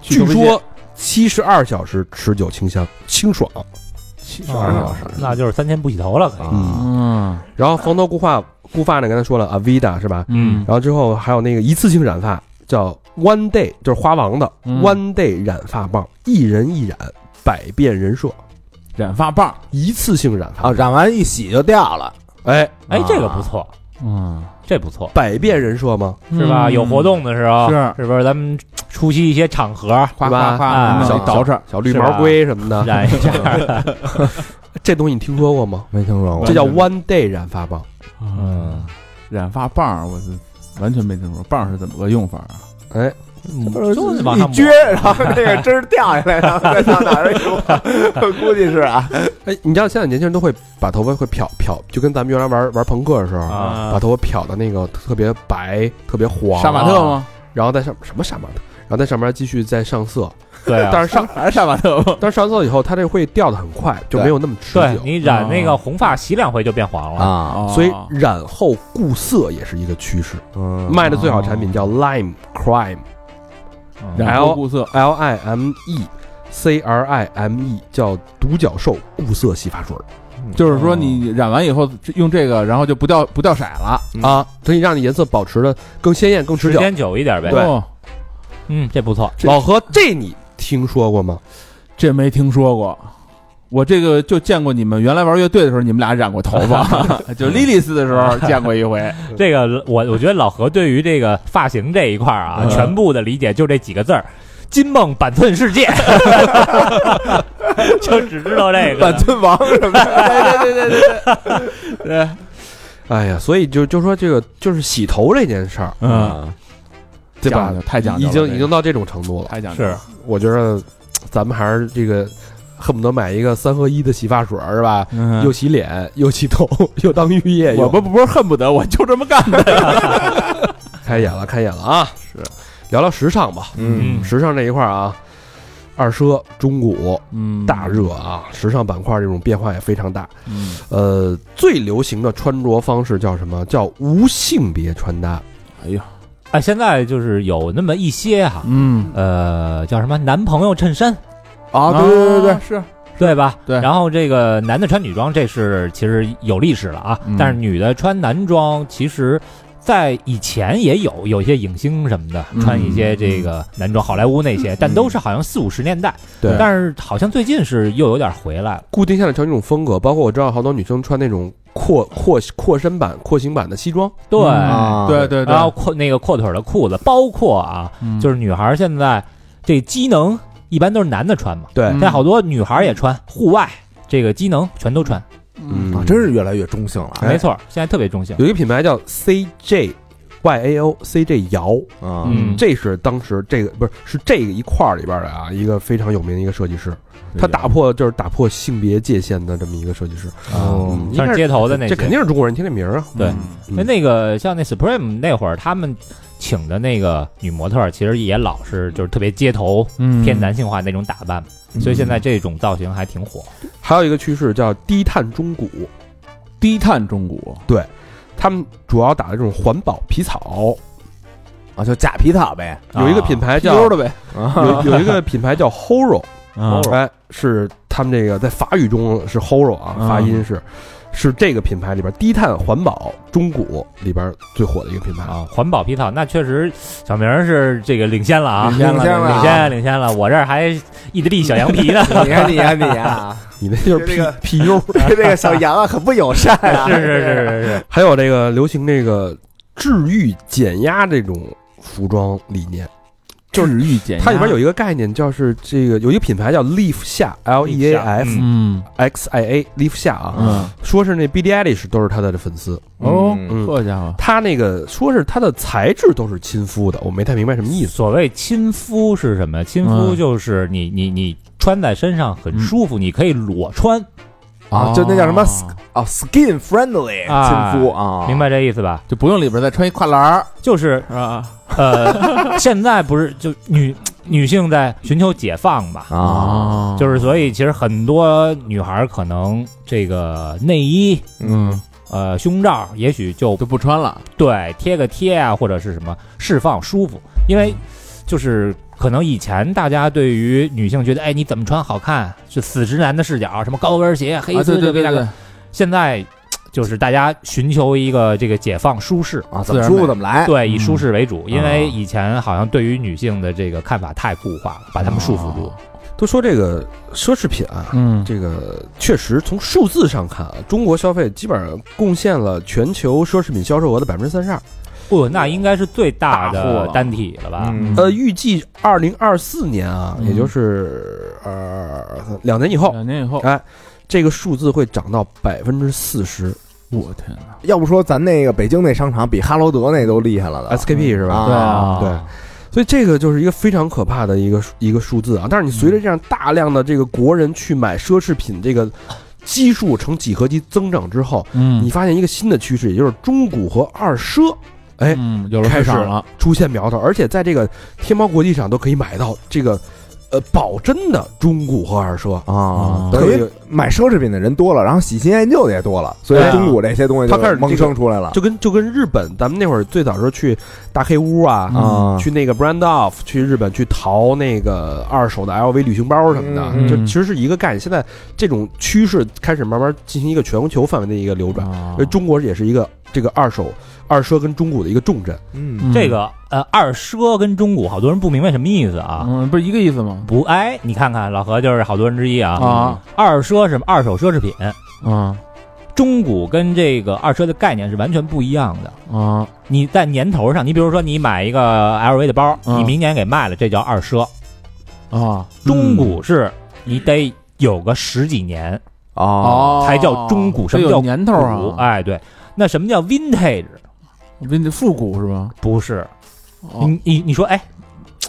S4: 去
S3: 据
S4: 头皮
S3: 说七十二小时持久清香清爽。
S4: 七
S5: 十二
S2: 啊
S5: 小
S3: 时
S5: 哦那就是三天不洗头了，可以。
S3: 嗯，
S4: 嗯
S3: 然后防脱固化固发呢，刚才说了 Avida 是吧？
S4: 嗯
S3: 然后之后还有那个一次性染发，叫 One Day，就是花王的、
S4: 嗯
S3: One Day 染发棒，一人一染，百变人设，
S4: 染发棒，
S3: 一次性染发。
S2: 啊，染完一洗就掉了，
S3: 哎，
S5: 哎，这个不错，
S4: 嗯，
S5: 这不错，
S3: 百变人设吗？
S5: 是吧？有活动的时候，
S4: 是
S5: 是不是？咱们出席一些场合，
S4: 夸
S3: 是
S4: 夸
S3: 吧
S4: 夸，
S5: 啊
S4: 弄
S3: 小
S4: 一捯饬，
S3: 小绿
S5: 是啊吧
S3: 毛龟什么的，
S5: 染一下儿，
S3: 这东西你听说过吗？
S2: 没听说
S4: 完
S3: 这
S4: 全
S3: 叫 One Day 染发棒。
S5: 嗯，
S4: 染发棒，我是完全没听说，棒是怎么个用法啊？
S3: 哎，
S5: 就是往
S2: 一
S5: 上抹
S2: 撅，然后那个汁儿掉下来，然后再到哪儿一抹， 估计是啊。
S3: 哎，你知道现在年轻人都会把头发会漂漂，就跟咱们原来玩玩朋克的时候，
S5: 啊
S3: 把头发漂的那个特别白、特别黄，
S4: 杀马特吗？
S3: 然后在上什么杀马特，然后在上面继续再上色，
S5: 对啊，
S3: 但是上
S4: 还是杀马特 吗？
S3: 但是上色以后，它这会掉的很快，就
S2: 对
S3: 没有那么持
S5: 对
S3: 久。
S5: 你染那个红发洗两回就变黄了。
S2: 啊，
S4: 哦
S3: 所以
S4: 哎
S3: 染后固色也是一个趋势。
S2: 嗯
S3: 卖的最好产品叫 Lime Crime
S5: 嗯
S4: 染后固色，
S3: L I M E C R I M E，叫独角兽固色洗发水
S2: 嗯
S4: 就是说你染完以后用这个，然后就不掉不掉色了。
S3: 啊，可以让你颜色保持的更鲜艳、更持
S5: 时
S3: 久。
S5: 间久一点呗。
S4: 哦，
S5: 嗯，这不错。
S3: 老何，这你听说过吗？
S4: 这没听说过，我这个就见过你们原来玩乐队的时候，你们俩染过头发， 就莉莉丝的时候见过一 回。
S5: 这个我我觉得老何对于这个发型这一块儿啊，
S4: 嗯
S5: 全部的理解就这几个字儿：金梦板寸世界，就只知道这
S2: 板
S5: 个。
S2: 寸王什么的，对对对对对，
S3: 哎呀，所以就就说这个就是洗头这件事儿，啊
S4: 嗯，
S3: 对吧
S4: 讲究？太讲究
S3: 已
S4: 了
S3: 经
S4: 这
S3: 已经到这种程度了。
S4: 太讲究了。
S5: 是，
S3: 我觉得咱们还是这个恨不得买一个三合一的洗发水儿是吧？
S4: 嗯
S3: 又洗脸，又洗头， 又当浴液，
S4: 我
S3: 又
S4: 不不是恨不得， 我就这么干的。
S3: 开眼了，开眼了啊！是，聊聊时尚吧，
S5: 嗯，
S3: 时尚这一块儿啊，二奢、中古
S4: 嗯
S3: 大热啊，时尚板块这种变化也非常大。
S4: 嗯
S3: 呃，最流行的穿着方式叫什么？叫无性别穿搭。
S5: 哎，现在就是有那么一些哈、
S4: 嗯
S5: 呃，叫什么男朋友衬衫，
S2: 啊，对对对对对，
S4: 是
S5: 对吧？
S4: 对
S5: 然后这个男的穿女装，这是其实有历史了啊。
S4: 嗯
S5: 但是女的穿男装，其实。在以前也有有一些影星什么的
S4: 嗯
S5: 穿一些这个男装，好莱坞那些，但都是好像四五十年代，
S3: 对
S5: 但是好像最近是又有点回来了。
S3: 固定下来成一种风格，包括我知道好多女生穿那种阔阔阔身版、阔型版的西装，
S5: 对，
S4: 嗯
S2: 啊
S4: 对对对，嗯
S5: 然后阔那个阔腿儿的裤子，包括啊，就是是女孩儿现在这机能一般都是男的穿嘛，
S3: 对
S4: 嗯
S5: 但好多女孩儿也穿户外这个机能全都穿，
S3: 嗯
S2: 啊，真是越来越中性了
S3: 哎
S5: 没错儿，现在特别中性。
S3: 有一个品牌叫 CJ YAO CJ 瑶，
S2: 啊，
S5: 嗯
S3: 这是当时这个不是是这个一块儿里边儿的啊，一个非常有名的一个设计师，他打破就是打破性别界限的这么一个设计师，
S2: 哦
S3: 嗯
S5: 像是街头的那
S3: 这
S5: 些，
S3: 肯定是中国人，听这名儿啊，
S5: 对。
S3: 嗯
S5: 那那个像那 Supreme 那会儿，他们请的那个女模特儿，其实也老是就是特别街头、
S4: 嗯
S5: 偏男性化那种打扮，所以现
S3: 嗯
S5: 在这种造型还挺火。
S3: 还有一个趋势叫低碳中古，
S4: 低碳中古，
S3: 他们主要打的这种环保皮草，
S2: 啊，就假皮草呗，
S3: 有一
S5: 啊
S3: 个品牌叫
S4: 溜的呗。
S3: 有有一个品牌叫 Horo，
S4: 啊
S3: 哎，是他们这个在法语中是 Horo 啊，
S4: 嗯
S3: 发音是是这个品牌里边低碳环保中古里边最火的一个品牌。
S5: 啊，环保皮套那确实，小明儿是这个领先了啊，
S2: 领先了领先了 啊
S5: 领先领先了，我这儿还意大利小羊 皮呢，
S2: 你看你啊你啊，
S3: 你那就是 P
S2: 这个
S3: P U，
S2: 对这个小羊啊很不友善啊，
S5: 是是是是是，
S3: 还有这个流行这个治愈减压这种服装理念，
S4: 就是遇见
S3: 它里边有一个概念，叫是这个有一个品牌叫 Leaf 下 L E A F
S4: 嗯
S3: X I A Leaf 下啊，
S4: 嗯
S3: 说是那 Billie Eilish 都是他的粉丝，
S4: 哦
S2: 嗯，
S3: 嗯
S4: 这家伙
S3: 他那个说是他的材质都是亲肤的，我没太明白什么意思。嗯
S5: 所谓亲肤是什么？亲肤就是你你你穿在身上很舒服，你可以裸穿，
S2: 啊，就那叫什么啊，skin friendly
S5: 啊
S2: 亲肤
S3: 哦
S2: 啊，
S5: 明白这意思吧？
S4: 就不用里边再穿一跨栏儿
S5: 就是
S4: 啊
S5: 呃， 现在不是就女女性在寻求解放吧？
S2: 啊，
S4: 哦
S5: 就是所以其实很多女孩儿可能这个内衣
S4: 嗯
S5: 呃胸罩也许就
S4: 就不穿了，
S5: 对，贴个贴啊，或者是什么释放舒服，因为就是可能以前大家对于女性觉得，哎，你怎么穿好看，是死直男的视角，什么高跟鞋、黑
S4: 啊
S5: 丝
S4: 对
S5: 就
S4: 对
S5: 给
S4: 对
S5: 大家。
S4: 对，
S5: 现在就是大家寻求一个这个解放舒适，
S2: 啊，怎么舒服怎么来，
S5: 对，以
S4: 嗯
S5: 舒适为主，因为
S2: 啊
S5: 以前好像对于女性的这个看法太固化了，把她们束缚住。
S3: 都说这个奢侈品啊，
S4: 嗯
S3: 这个确实从数字上看啊，中国消费基本上贡献了全球奢侈品销售额的百分之三十二。
S5: 不、那应该是最大
S4: 大户
S5: 的
S4: 了
S5: 单体了吧？
S2: 嗯
S3: 呃，预计二零二四年啊，
S4: 嗯
S3: 也就是呃两年以后，
S4: 两年以后，
S3: 哎，这个数字会涨到百分之四十。
S4: 我天哪，
S2: 要不说咱那个北京那商场比哈罗德那都厉害了的
S3: SKP 是吧？
S2: 对
S4: 啊
S3: 对，所以这个就是一个非常可怕的一个一个数字啊。但是你随着这样大量的这个国人去买奢侈品，这个基数成几何级增长之后，
S4: 嗯
S3: 你发现一个新的趋势，也就是中古和二奢，哎，
S4: 嗯有了市场了，
S3: 出现苗头，而且在这个天猫国际上都可以买到这个呃保真的中古和二奢。
S2: 啊
S4: 啊，
S2: 等于
S3: 特别
S2: 买奢侈品的人多了，然后喜新厌旧的也多了，所
S5: 对
S2: 以
S5: 啊
S2: 中古这些东西
S3: 他开始
S2: 就萌生出来了
S3: 就跟就跟日本，咱们那会儿最早时候去大黑屋啊，
S4: 嗯
S2: 啊，
S3: 去那个 Brand Off，去日本去淘那个二手的 LV 旅行包什么的，
S2: 嗯
S3: 就
S4: 嗯
S3: 其实是一个概念。现在这种趋势开始慢慢进行一个全球范围的一个流转，
S4: 啊
S3: 而中国也是一个这个二手二奢跟中古的一个重镇。
S2: 嗯
S5: 这个呃，二奢跟中古，好多人不明
S4: 嗯
S5: 白什么意思啊。
S4: 嗯不是一个意思吗？
S5: 不，哎，你看看老何就是好多人之一啊。
S4: 啊，
S5: 二奢奢侈二手奢侈品，
S4: 啊
S5: 中古跟这个二奢的概念是完全不一样的。
S4: 啊
S5: 你在年头上，你比如说你买一个 LV 的包，
S4: 嗯
S5: 你明年给卖了，这叫二奢。
S4: 啊
S5: 中古是你得有个十几年，
S2: 哦，
S5: 啊才叫中古什么
S4: 这有
S5: 叫
S4: 年头
S5: 古
S4: 啊？
S5: 哎，对，那什么叫 vintage？
S4: 不是复古是吧？
S5: 不是，
S4: 哦
S5: 你你你说，哎，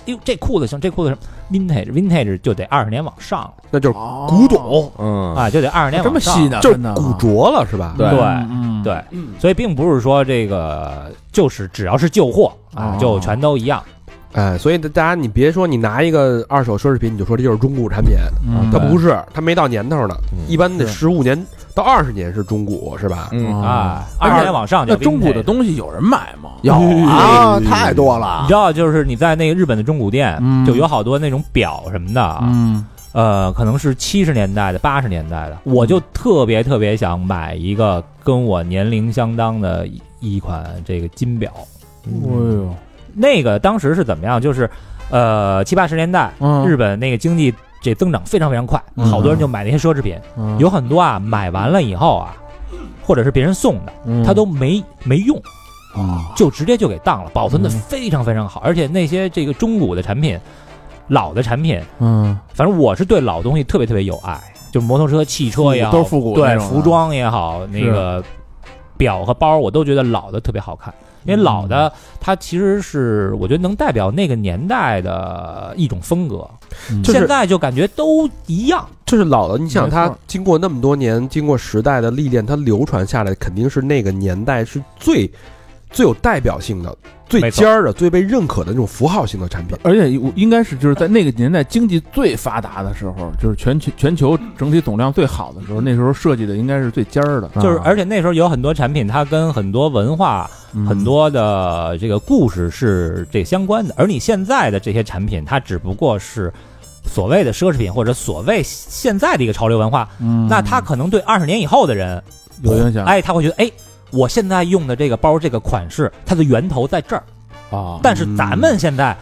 S5: 哟，这裤子行，这裤子什么 vintage vintage 就得二十年往上了
S3: 那就是古董，
S2: 嗯
S5: 啊，就得二十年
S4: 啊这么
S5: 往上
S4: 细呢，
S3: 就是
S4: 哦真的啊
S3: 古着了，是吧？
S2: 对
S5: 对
S4: 嗯嗯
S5: 对，所以并不是说这个就是只要是旧货啊
S4: 哦，
S5: 就全都一样。
S3: 哎，所以大家你别说你拿一个二手奢侈品，你就说这就是中古产品，
S4: 嗯
S3: 它不
S4: 是
S3: 是，它没到年头呢，
S2: 嗯
S3: 一般得
S4: 是
S3: 十五年到二十年是中古，是吧？
S2: 嗯
S5: 啊，二十年往上就
S4: 哦那
S5: vintage
S4: 中古的。东西有人买吗？
S2: 有啊，
S3: 嗯
S2: 太多
S5: 你
S2: 了
S5: 知，道，就是你在那个日本的中古店，
S4: 嗯
S5: 就有好多那种表什么的啊，
S4: 嗯
S5: 呃，可能是七十年代的、八十年代的，我就特别特别想买一个跟我年龄相当的一一款这个金表。
S4: 哎
S5: 嗯
S4: 呦，
S5: 那个当时是怎么样？就是，呃，七八十年代，
S4: 嗯
S5: 日本那个经济这增长非常非常快，
S4: 嗯
S5: 好多人就买那些奢侈品，
S4: 嗯
S5: 有很多啊，买完了以后啊，或者是别人送的，
S4: 嗯
S5: 他都没没用，
S4: 啊
S5: 就直接就给当了，保存的
S4: 嗯
S5: 非常非常好，而且那些这个中古的产品，老的产品，
S4: 嗯
S5: 反正我是对老东西特别特别有爱，就摩托车、汽车也好，
S4: 都是复古那
S5: 对
S4: 种的啊
S5: 服装也好，那个表和包我都觉得老的特别好看，因为老
S4: 嗯
S5: 的它其实是我觉得能代表那个年代的一种风格，
S4: 嗯
S3: 就是
S5: 现在就感觉都一样，
S3: 就是老的，你想
S4: 没
S3: 它
S4: 错
S3: 经过那么多年，经过时代的历练，它流传下来肯定是那个年代是最最有代表性的、最
S5: 没错
S3: 尖儿的、最被认可的那种符号性的产品。
S4: 而且我应该是就是在那个年代经济最发达的时候，就是全球全球整体总量最好的时候，那时候设计的应该是最尖儿的，啊
S5: 就是而且那时候有很多产品，它跟很多文化、
S4: 嗯
S5: 很多的这个故事是这相关的，而你现在的这些产品，它只不过是。所谓的奢侈品或者所谓现在的一个潮流文化，
S4: 嗯
S5: 那他可能对二十年以后的人
S4: 有影响
S5: 哎，他会觉得，哎，我现在用的这个包这个款式，它的源头在这儿，
S4: 啊，
S5: 但是咱们现在，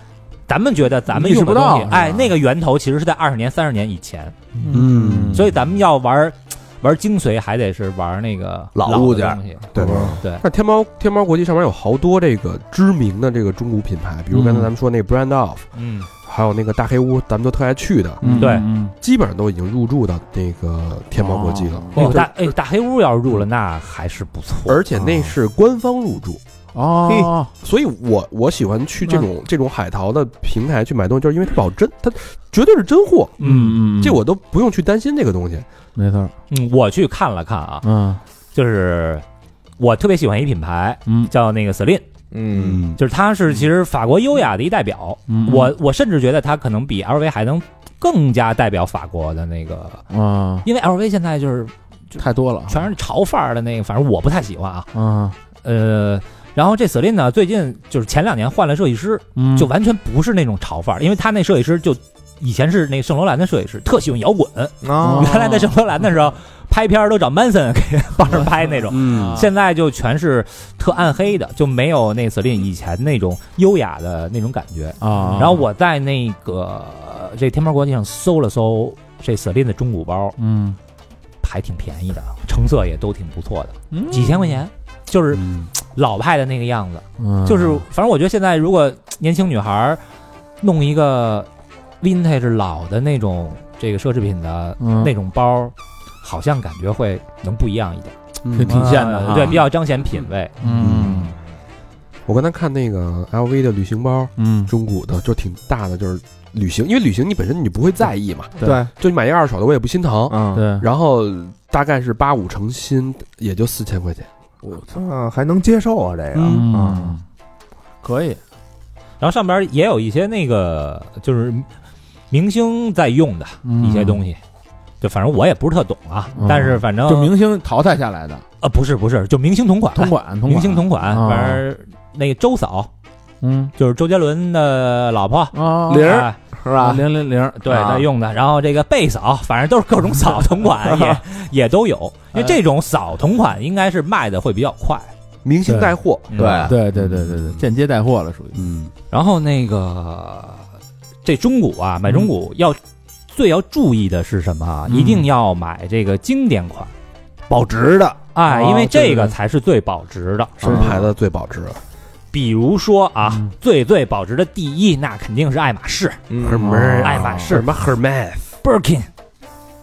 S5: 咱们觉得咱们
S4: 意识
S5: 用的
S4: 不到
S5: 东西
S4: 是，吧
S5: 哎，那个源头其实是在二十年、三十年以前，
S3: 嗯
S5: 所以咱们要玩玩精髓，还得是玩那个
S2: 老
S5: 的
S2: 物件
S5: 东西
S3: 对
S5: 对，
S3: 那天猫天猫国际上面有好多这个知名的这个中古品牌，比如刚才
S4: 嗯
S3: 咱们说那 Brand Off，
S5: 嗯，
S3: 还有那个大黑屋，咱们都特爱去的，
S4: 嗯
S5: 对
S4: 嗯
S3: 基本上都已经入驻到那个天猫国际了。
S5: 哎呦
S4: 哦嗯
S5: 大哎大黑屋要是入了，那还是不错，
S3: 而且那是官方入驻，
S4: 哦，
S3: 所以我我喜欢去这种这种海淘的平台去买东西，就是因为它保真，它绝对是真货，
S4: 嗯嗯，
S3: 这我都不用去担心这个东西。
S4: 没错，
S5: 嗯，我去看了看啊，
S4: 嗯
S5: 就是我特别喜欢一品牌
S4: 嗯
S5: 叫那个 Celine，
S2: 嗯，
S5: 就是它是其实法国优雅的一代表，
S4: 嗯，
S5: 我我甚至觉得它可能比 LV 还能更加代表法国的那个，
S4: 啊
S5: 因为 LV 现在就是
S4: 太多了，
S5: 全是潮范儿的那个，反正我不太喜欢啊。
S4: 啊
S5: 呃，然后这 Celine 呢，最近就是前两年换了设计师，
S4: 嗯
S5: 就完全不是那种潮范儿，因为他那设计师就以前是那圣罗兰的设计师，特喜欢摇滚。
S4: 哦
S2: 啊，
S5: 原来在圣罗兰的时候拍片儿都找 Manson 给帮着拍那种，
S4: 嗯
S5: 现在就全是特暗黑的，就没有那 Celine 以前那种优雅的那种感觉。
S4: 啊，
S5: 然后我在那个这天猫国际上搜了搜这 Celine 的中古包，
S4: 嗯
S5: 还挺便宜的，成色也都挺不错的，
S4: 嗯
S5: 几千块钱，就是
S4: 嗯
S5: 老派的那个样子。
S4: 嗯
S5: 就是反正我觉得现在如果年轻女孩儿弄一个 vintage 老的那种这个奢侈品的
S4: 嗯
S5: 那种包，好像感觉会能不一样一点，
S3: 嗯
S4: 挺体现的
S5: 呃
S4: 哈
S5: 对，比较彰显品味。
S4: 嗯
S3: 我刚才看那个 LV 的旅行包，
S4: 嗯
S3: 中古的就挺大的，就是旅行，因为旅行你本身你不会在意嘛，
S4: 对
S2: 对，啊
S3: 就你买一二手的我也不心疼。
S2: 嗯，
S4: 对，
S3: 然后大概是八五成新，也就四千块钱。
S2: 我操，还能接受啊这个，
S4: 嗯可以
S5: 然后上边也有一些那个就是明星在用的
S4: 嗯
S5: 一些东
S4: 西。
S5: 西，就反正我也不是特懂啊，
S4: 嗯哎
S5: 但是反正
S4: 就明星淘汰下来的
S5: 呃不是不是，就明星同款，
S4: 同款，
S5: 明星同款，
S4: 啊
S5: 反正那个周嫂
S4: 嗯
S5: 就是周杰伦的老婆
S4: 啊
S2: 零儿
S5: 哎
S2: 是吧？
S4: 零零零，
S5: 对
S2: 啊
S5: 她用的，然后这个贝嫂，反正都是各种嫂同
S4: 嗯
S5: 款也也都有，因为这种嫂同款应该是卖的会比较快，
S3: 明星带货，
S5: 嗯
S4: 对
S2: 对
S4: 对对对对，间接带货了属于
S3: 嗯，
S5: 然后那个这中古啊，买中古要最要注意的是什么啊？
S4: 嗯
S5: 一定要买这个经典款，
S2: 保值的，嗯
S5: 哎，
S4: 哦
S5: 因为
S4: 对
S5: 这个
S4: 对
S5: 才是最保值的。
S3: 什么牌子最保值啊？
S5: 比如说啊，
S4: 嗯
S5: 最最保值的第一，那肯定是爱马仕、
S2: 嗯
S3: 什么
S5: 爱
S4: 嗯
S5: 马
S3: 什
S5: 仕、
S3: 么 Hermes？
S5: Birkin，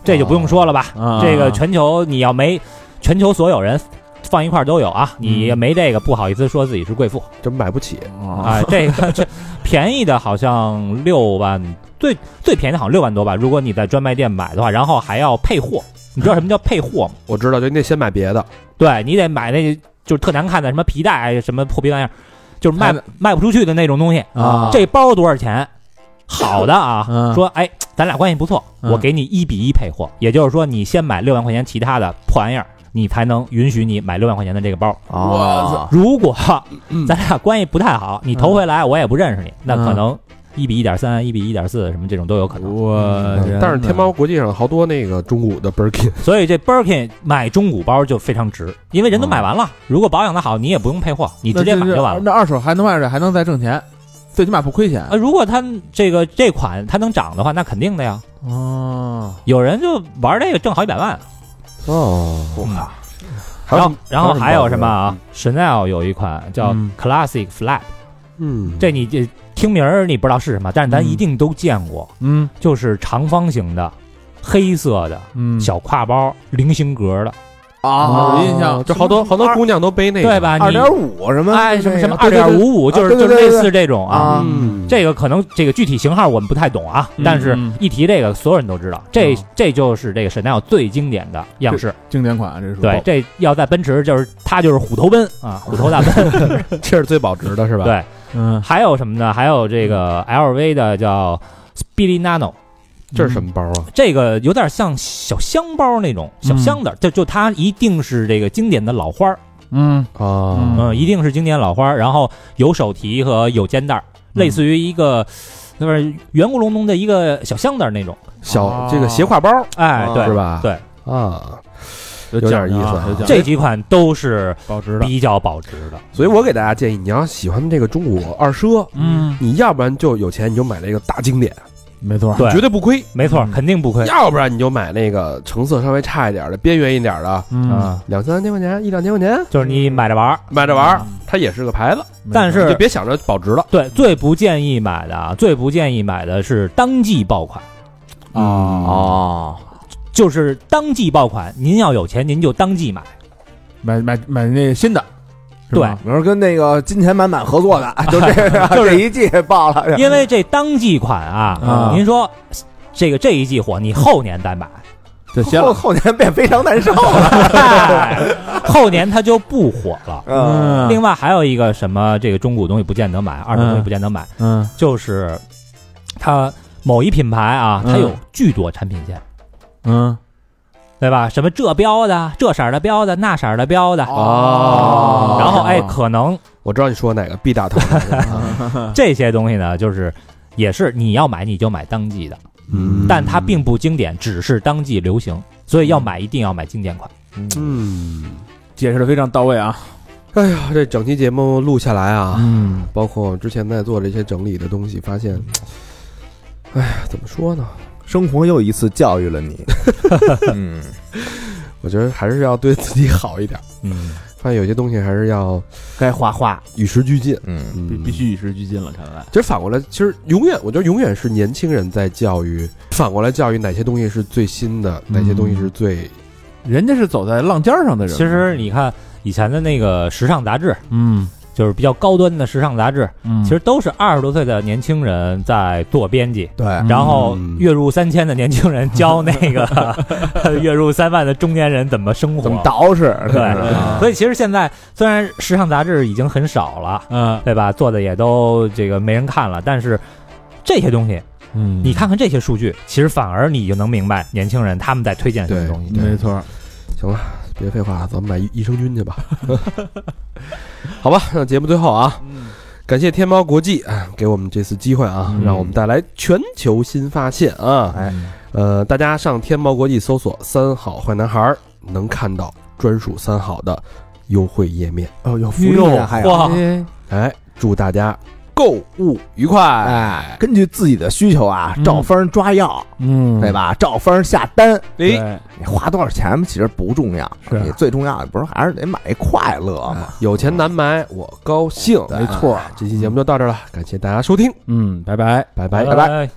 S5: 这就不用说了吧。
S4: 啊
S5: 这个全球你要没全球所有人放一块儿都有啊，你
S4: 嗯
S5: 没这个不好意思说自己是贵妇啊、
S3: 真买不起，
S4: 啊，
S5: 这个这 便宜的好像六万，最最便宜的好像六万多吧。如果你在专卖店买的话，然后还要配货，你知道什么叫配货吗？
S3: 我知道，就你得先买别的，
S5: 对你得买那就是特难看的什么皮带什么破皮玩意儿，就是卖
S4: 还得
S5: 卖不出去的那种东西
S4: 啊
S5: 这包多少钱？好的啊，
S4: 嗯
S5: 说哎，咱俩关系不错，
S4: 嗯
S5: 我给你一比一配货，也就是说你先买六万块钱其他的破玩意儿，你才能允许你买六万块钱的这个包。
S2: 啊，
S5: 如果
S4: 嗯
S5: 咱俩关系不太好，你投回来我也不认识你，那可能一比一点三、一比一点四什么这种都有可
S4: 哦
S5: 能。
S4: 我
S2: 嗯
S3: 但是天猫国际上好多那个中古的 Birkin，
S5: 所以这 Birkin 买中古包就非常值，因为
S4: 哦
S5: 人都买完了，如果保养的好，你也不用配货，你
S4: 你
S5: 直接买就完了。
S4: 那二手还能卖出去，还能再挣钱，最起码不亏钱
S5: 啊，。如果它这个这款它能涨的话，那肯定的呀。
S4: 哦，
S5: 有人就玩这个挣好几百万。嗯
S3: 哦，
S2: 我靠，
S3: 还
S5: 然
S3: 有
S5: 后，然后还有什么啊
S3: 嗯
S5: ？Chanel 有一款叫
S4: 嗯
S5: Classic Flap，
S3: 嗯，
S5: 这你这听名儿你不知道是什么，但是咱
S4: 嗯
S5: 一定都见过，
S4: 嗯
S5: 就是长方形的，黑色的
S4: 嗯
S5: 小挎包，菱形格的，
S2: 啊
S4: 有印象
S3: 这好多好多姑娘都背那个，
S5: 对？吧？
S2: 二
S5: 你
S2: 点五什么
S5: 哎什么什么
S2: 那
S5: 二
S2: 个啊
S5: 点五五，
S2: 对
S5: 就
S2: 对
S5: 是
S2: 对
S5: 就
S2: 对
S5: 类
S2: 对
S5: 似这种啊。
S2: 啊
S3: 嗯，
S5: 这个可能这个具体型号我们不太懂啊，
S4: 嗯
S5: 但是
S4: 嗯
S5: 一提这个，所有人都知道，这
S4: 哦
S5: 这就是这个 Chanel 最经典的样式。
S4: 经典款，啊这是
S5: 对，这要在奔驰就是它就是虎头奔啊，虎头大奔。
S3: 这是最保值的是吧？
S5: 对
S4: 嗯
S5: 还有什么呢？还有这个 LV 的叫 Speedy Nano，
S3: 这是什么包啊？
S5: 这个有点像小香包那种小香的，就就它一定是这个经典的老花儿，
S4: 嗯
S3: 啊，
S5: 嗯，一定是经典老花儿，然后有手提和有肩带儿，类似于一个。就是圆咕隆咚的一个小箱袋儿那种，
S3: 小
S4: 哦
S3: 这个斜挎包
S5: 哎，对，
S3: 是吧？
S5: 对，
S3: 啊，
S4: 有
S3: 有
S4: 讲
S3: 点
S4: 究
S3: 意思
S4: 啊
S3: 啊
S4: 有讲究
S5: 这几款都是
S4: 保值的，
S5: 比较保值的。
S3: 所以我给大家建议，你要喜欢这个中古二奢，
S4: 嗯，
S3: 你要不然就有钱你就买那个大经典，
S4: 没错，
S5: 对
S3: 绝对不亏；
S5: 没错，肯定不亏。
S3: 要不然你就买那个成色稍微差一点的、边缘一点的，
S4: 嗯，
S5: 啊，
S3: 两三千块钱、一两千块钱
S5: 就是你买着玩儿，
S3: 买着玩儿
S4: 嗯，
S3: 它也是个牌子，
S4: 没错
S5: 但是
S3: 你就别想着保值了。
S5: 对，最不建议买的啊，最不建议买的是当季爆款，
S4: 啊，
S5: 嗯
S2: 哦，
S5: 就是当季爆款。您要有钱，您就当季买。
S4: 买买买那新的，是吧
S2: 比如说跟那个金钱满满合作的，就这个这一季爆了，
S5: 因为这当季款啊，
S4: 啊
S5: 您说这个这一季火，你后年再买，
S4: 就歇
S2: 后
S4: 了。
S2: 后年变非常难受了。
S5: 哎后年它就不火了。
S2: 嗯，
S5: 另外还有一个什么，这个中古东西不见得买，二手东西不见得买，
S4: 嗯
S5: 就是它某一品牌啊，它
S4: 嗯
S5: 有巨多产品线。
S4: 嗯，
S5: 对吧？什么这标的，这色儿的标的，那色儿的标的，
S3: 哦
S5: 然后哎，可能
S3: 我知道你说哪个 B 大头，
S5: 这些东西呢，就是也是你要买你就买当季的，
S3: 嗯
S5: 但它并不经典，只是当季流行，所以要买一定要买经典款。
S3: 嗯，
S4: 解释的非常到位啊。
S3: 哎呀，这整期节目录下来啊，
S4: 嗯，
S3: 包括之前在做这些整理的东西，发现，哎呀，怎么说呢？
S2: 生活又一次教育 了你。嗯，
S3: 我觉得还是要对自己好一点，
S5: 嗯，
S3: 发现有些东西还是要
S4: 该花花，
S3: 与时俱进。
S2: 嗯，
S4: 必
S3: 嗯
S4: 必。须与时俱进了，看来。
S3: 其实反过来，其实永远，我觉得永远是年轻人在教育，反过来教育哪些东西是最新的，
S4: 嗯
S3: 哪些东西是最
S4: 人家是走在浪尖儿上的人。
S5: 其实你看以前的那个时尚杂志，
S4: 嗯，
S5: 就是比较高端的时尚杂志，
S4: 嗯
S5: 其实都是二十多岁的年轻人在做编辑。
S2: 对，
S4: 嗯
S5: 然后月入三千的年轻人教那个 月入三万的中年人怎么生
S2: 怎么
S5: 活，
S2: 捯饬？
S5: 对，所以其实现在虽然时尚杂志已经很少了，
S4: 嗯
S5: 对吧？做的也都这个没人看了，但是这些东西，
S4: 嗯
S5: 你看看这些数据，其实反而你就能明白年轻人他们在推荐什么东西。
S4: 没错，
S3: 行了，别废话，啊咱们买益益生菌去吧。 好吧，那节目最后啊，感谢天猫国际啊，给我们这次机会啊，
S4: 嗯
S3: 让我们带来全球新发现啊。
S2: 哎，
S3: 呃，大家上天猫国际搜索“三好坏男孩儿”，能看到专属三好的优惠页面。
S4: 嗯
S2: 哦，有福利呢，还有
S5: 哇，
S4: 哎
S3: 哎，祝大家
S1: 购物愉快。
S2: 哎，根据自己的需求啊，
S4: 嗯
S2: 照方抓药，
S4: 嗯，
S2: 对？吧？照方下单，
S4: 对
S1: 哎，，
S2: 你花多少钱其实不重要，
S4: 是
S2: 你最重要的不是还是得买一快乐吗？
S3: 有钱难买，我高兴。哎
S2: 对
S3: 没错，这期节目就到这儿了，感谢大家收听，
S4: 嗯，拜拜。
S3: 拜拜。
S2: 拜
S5: 拜。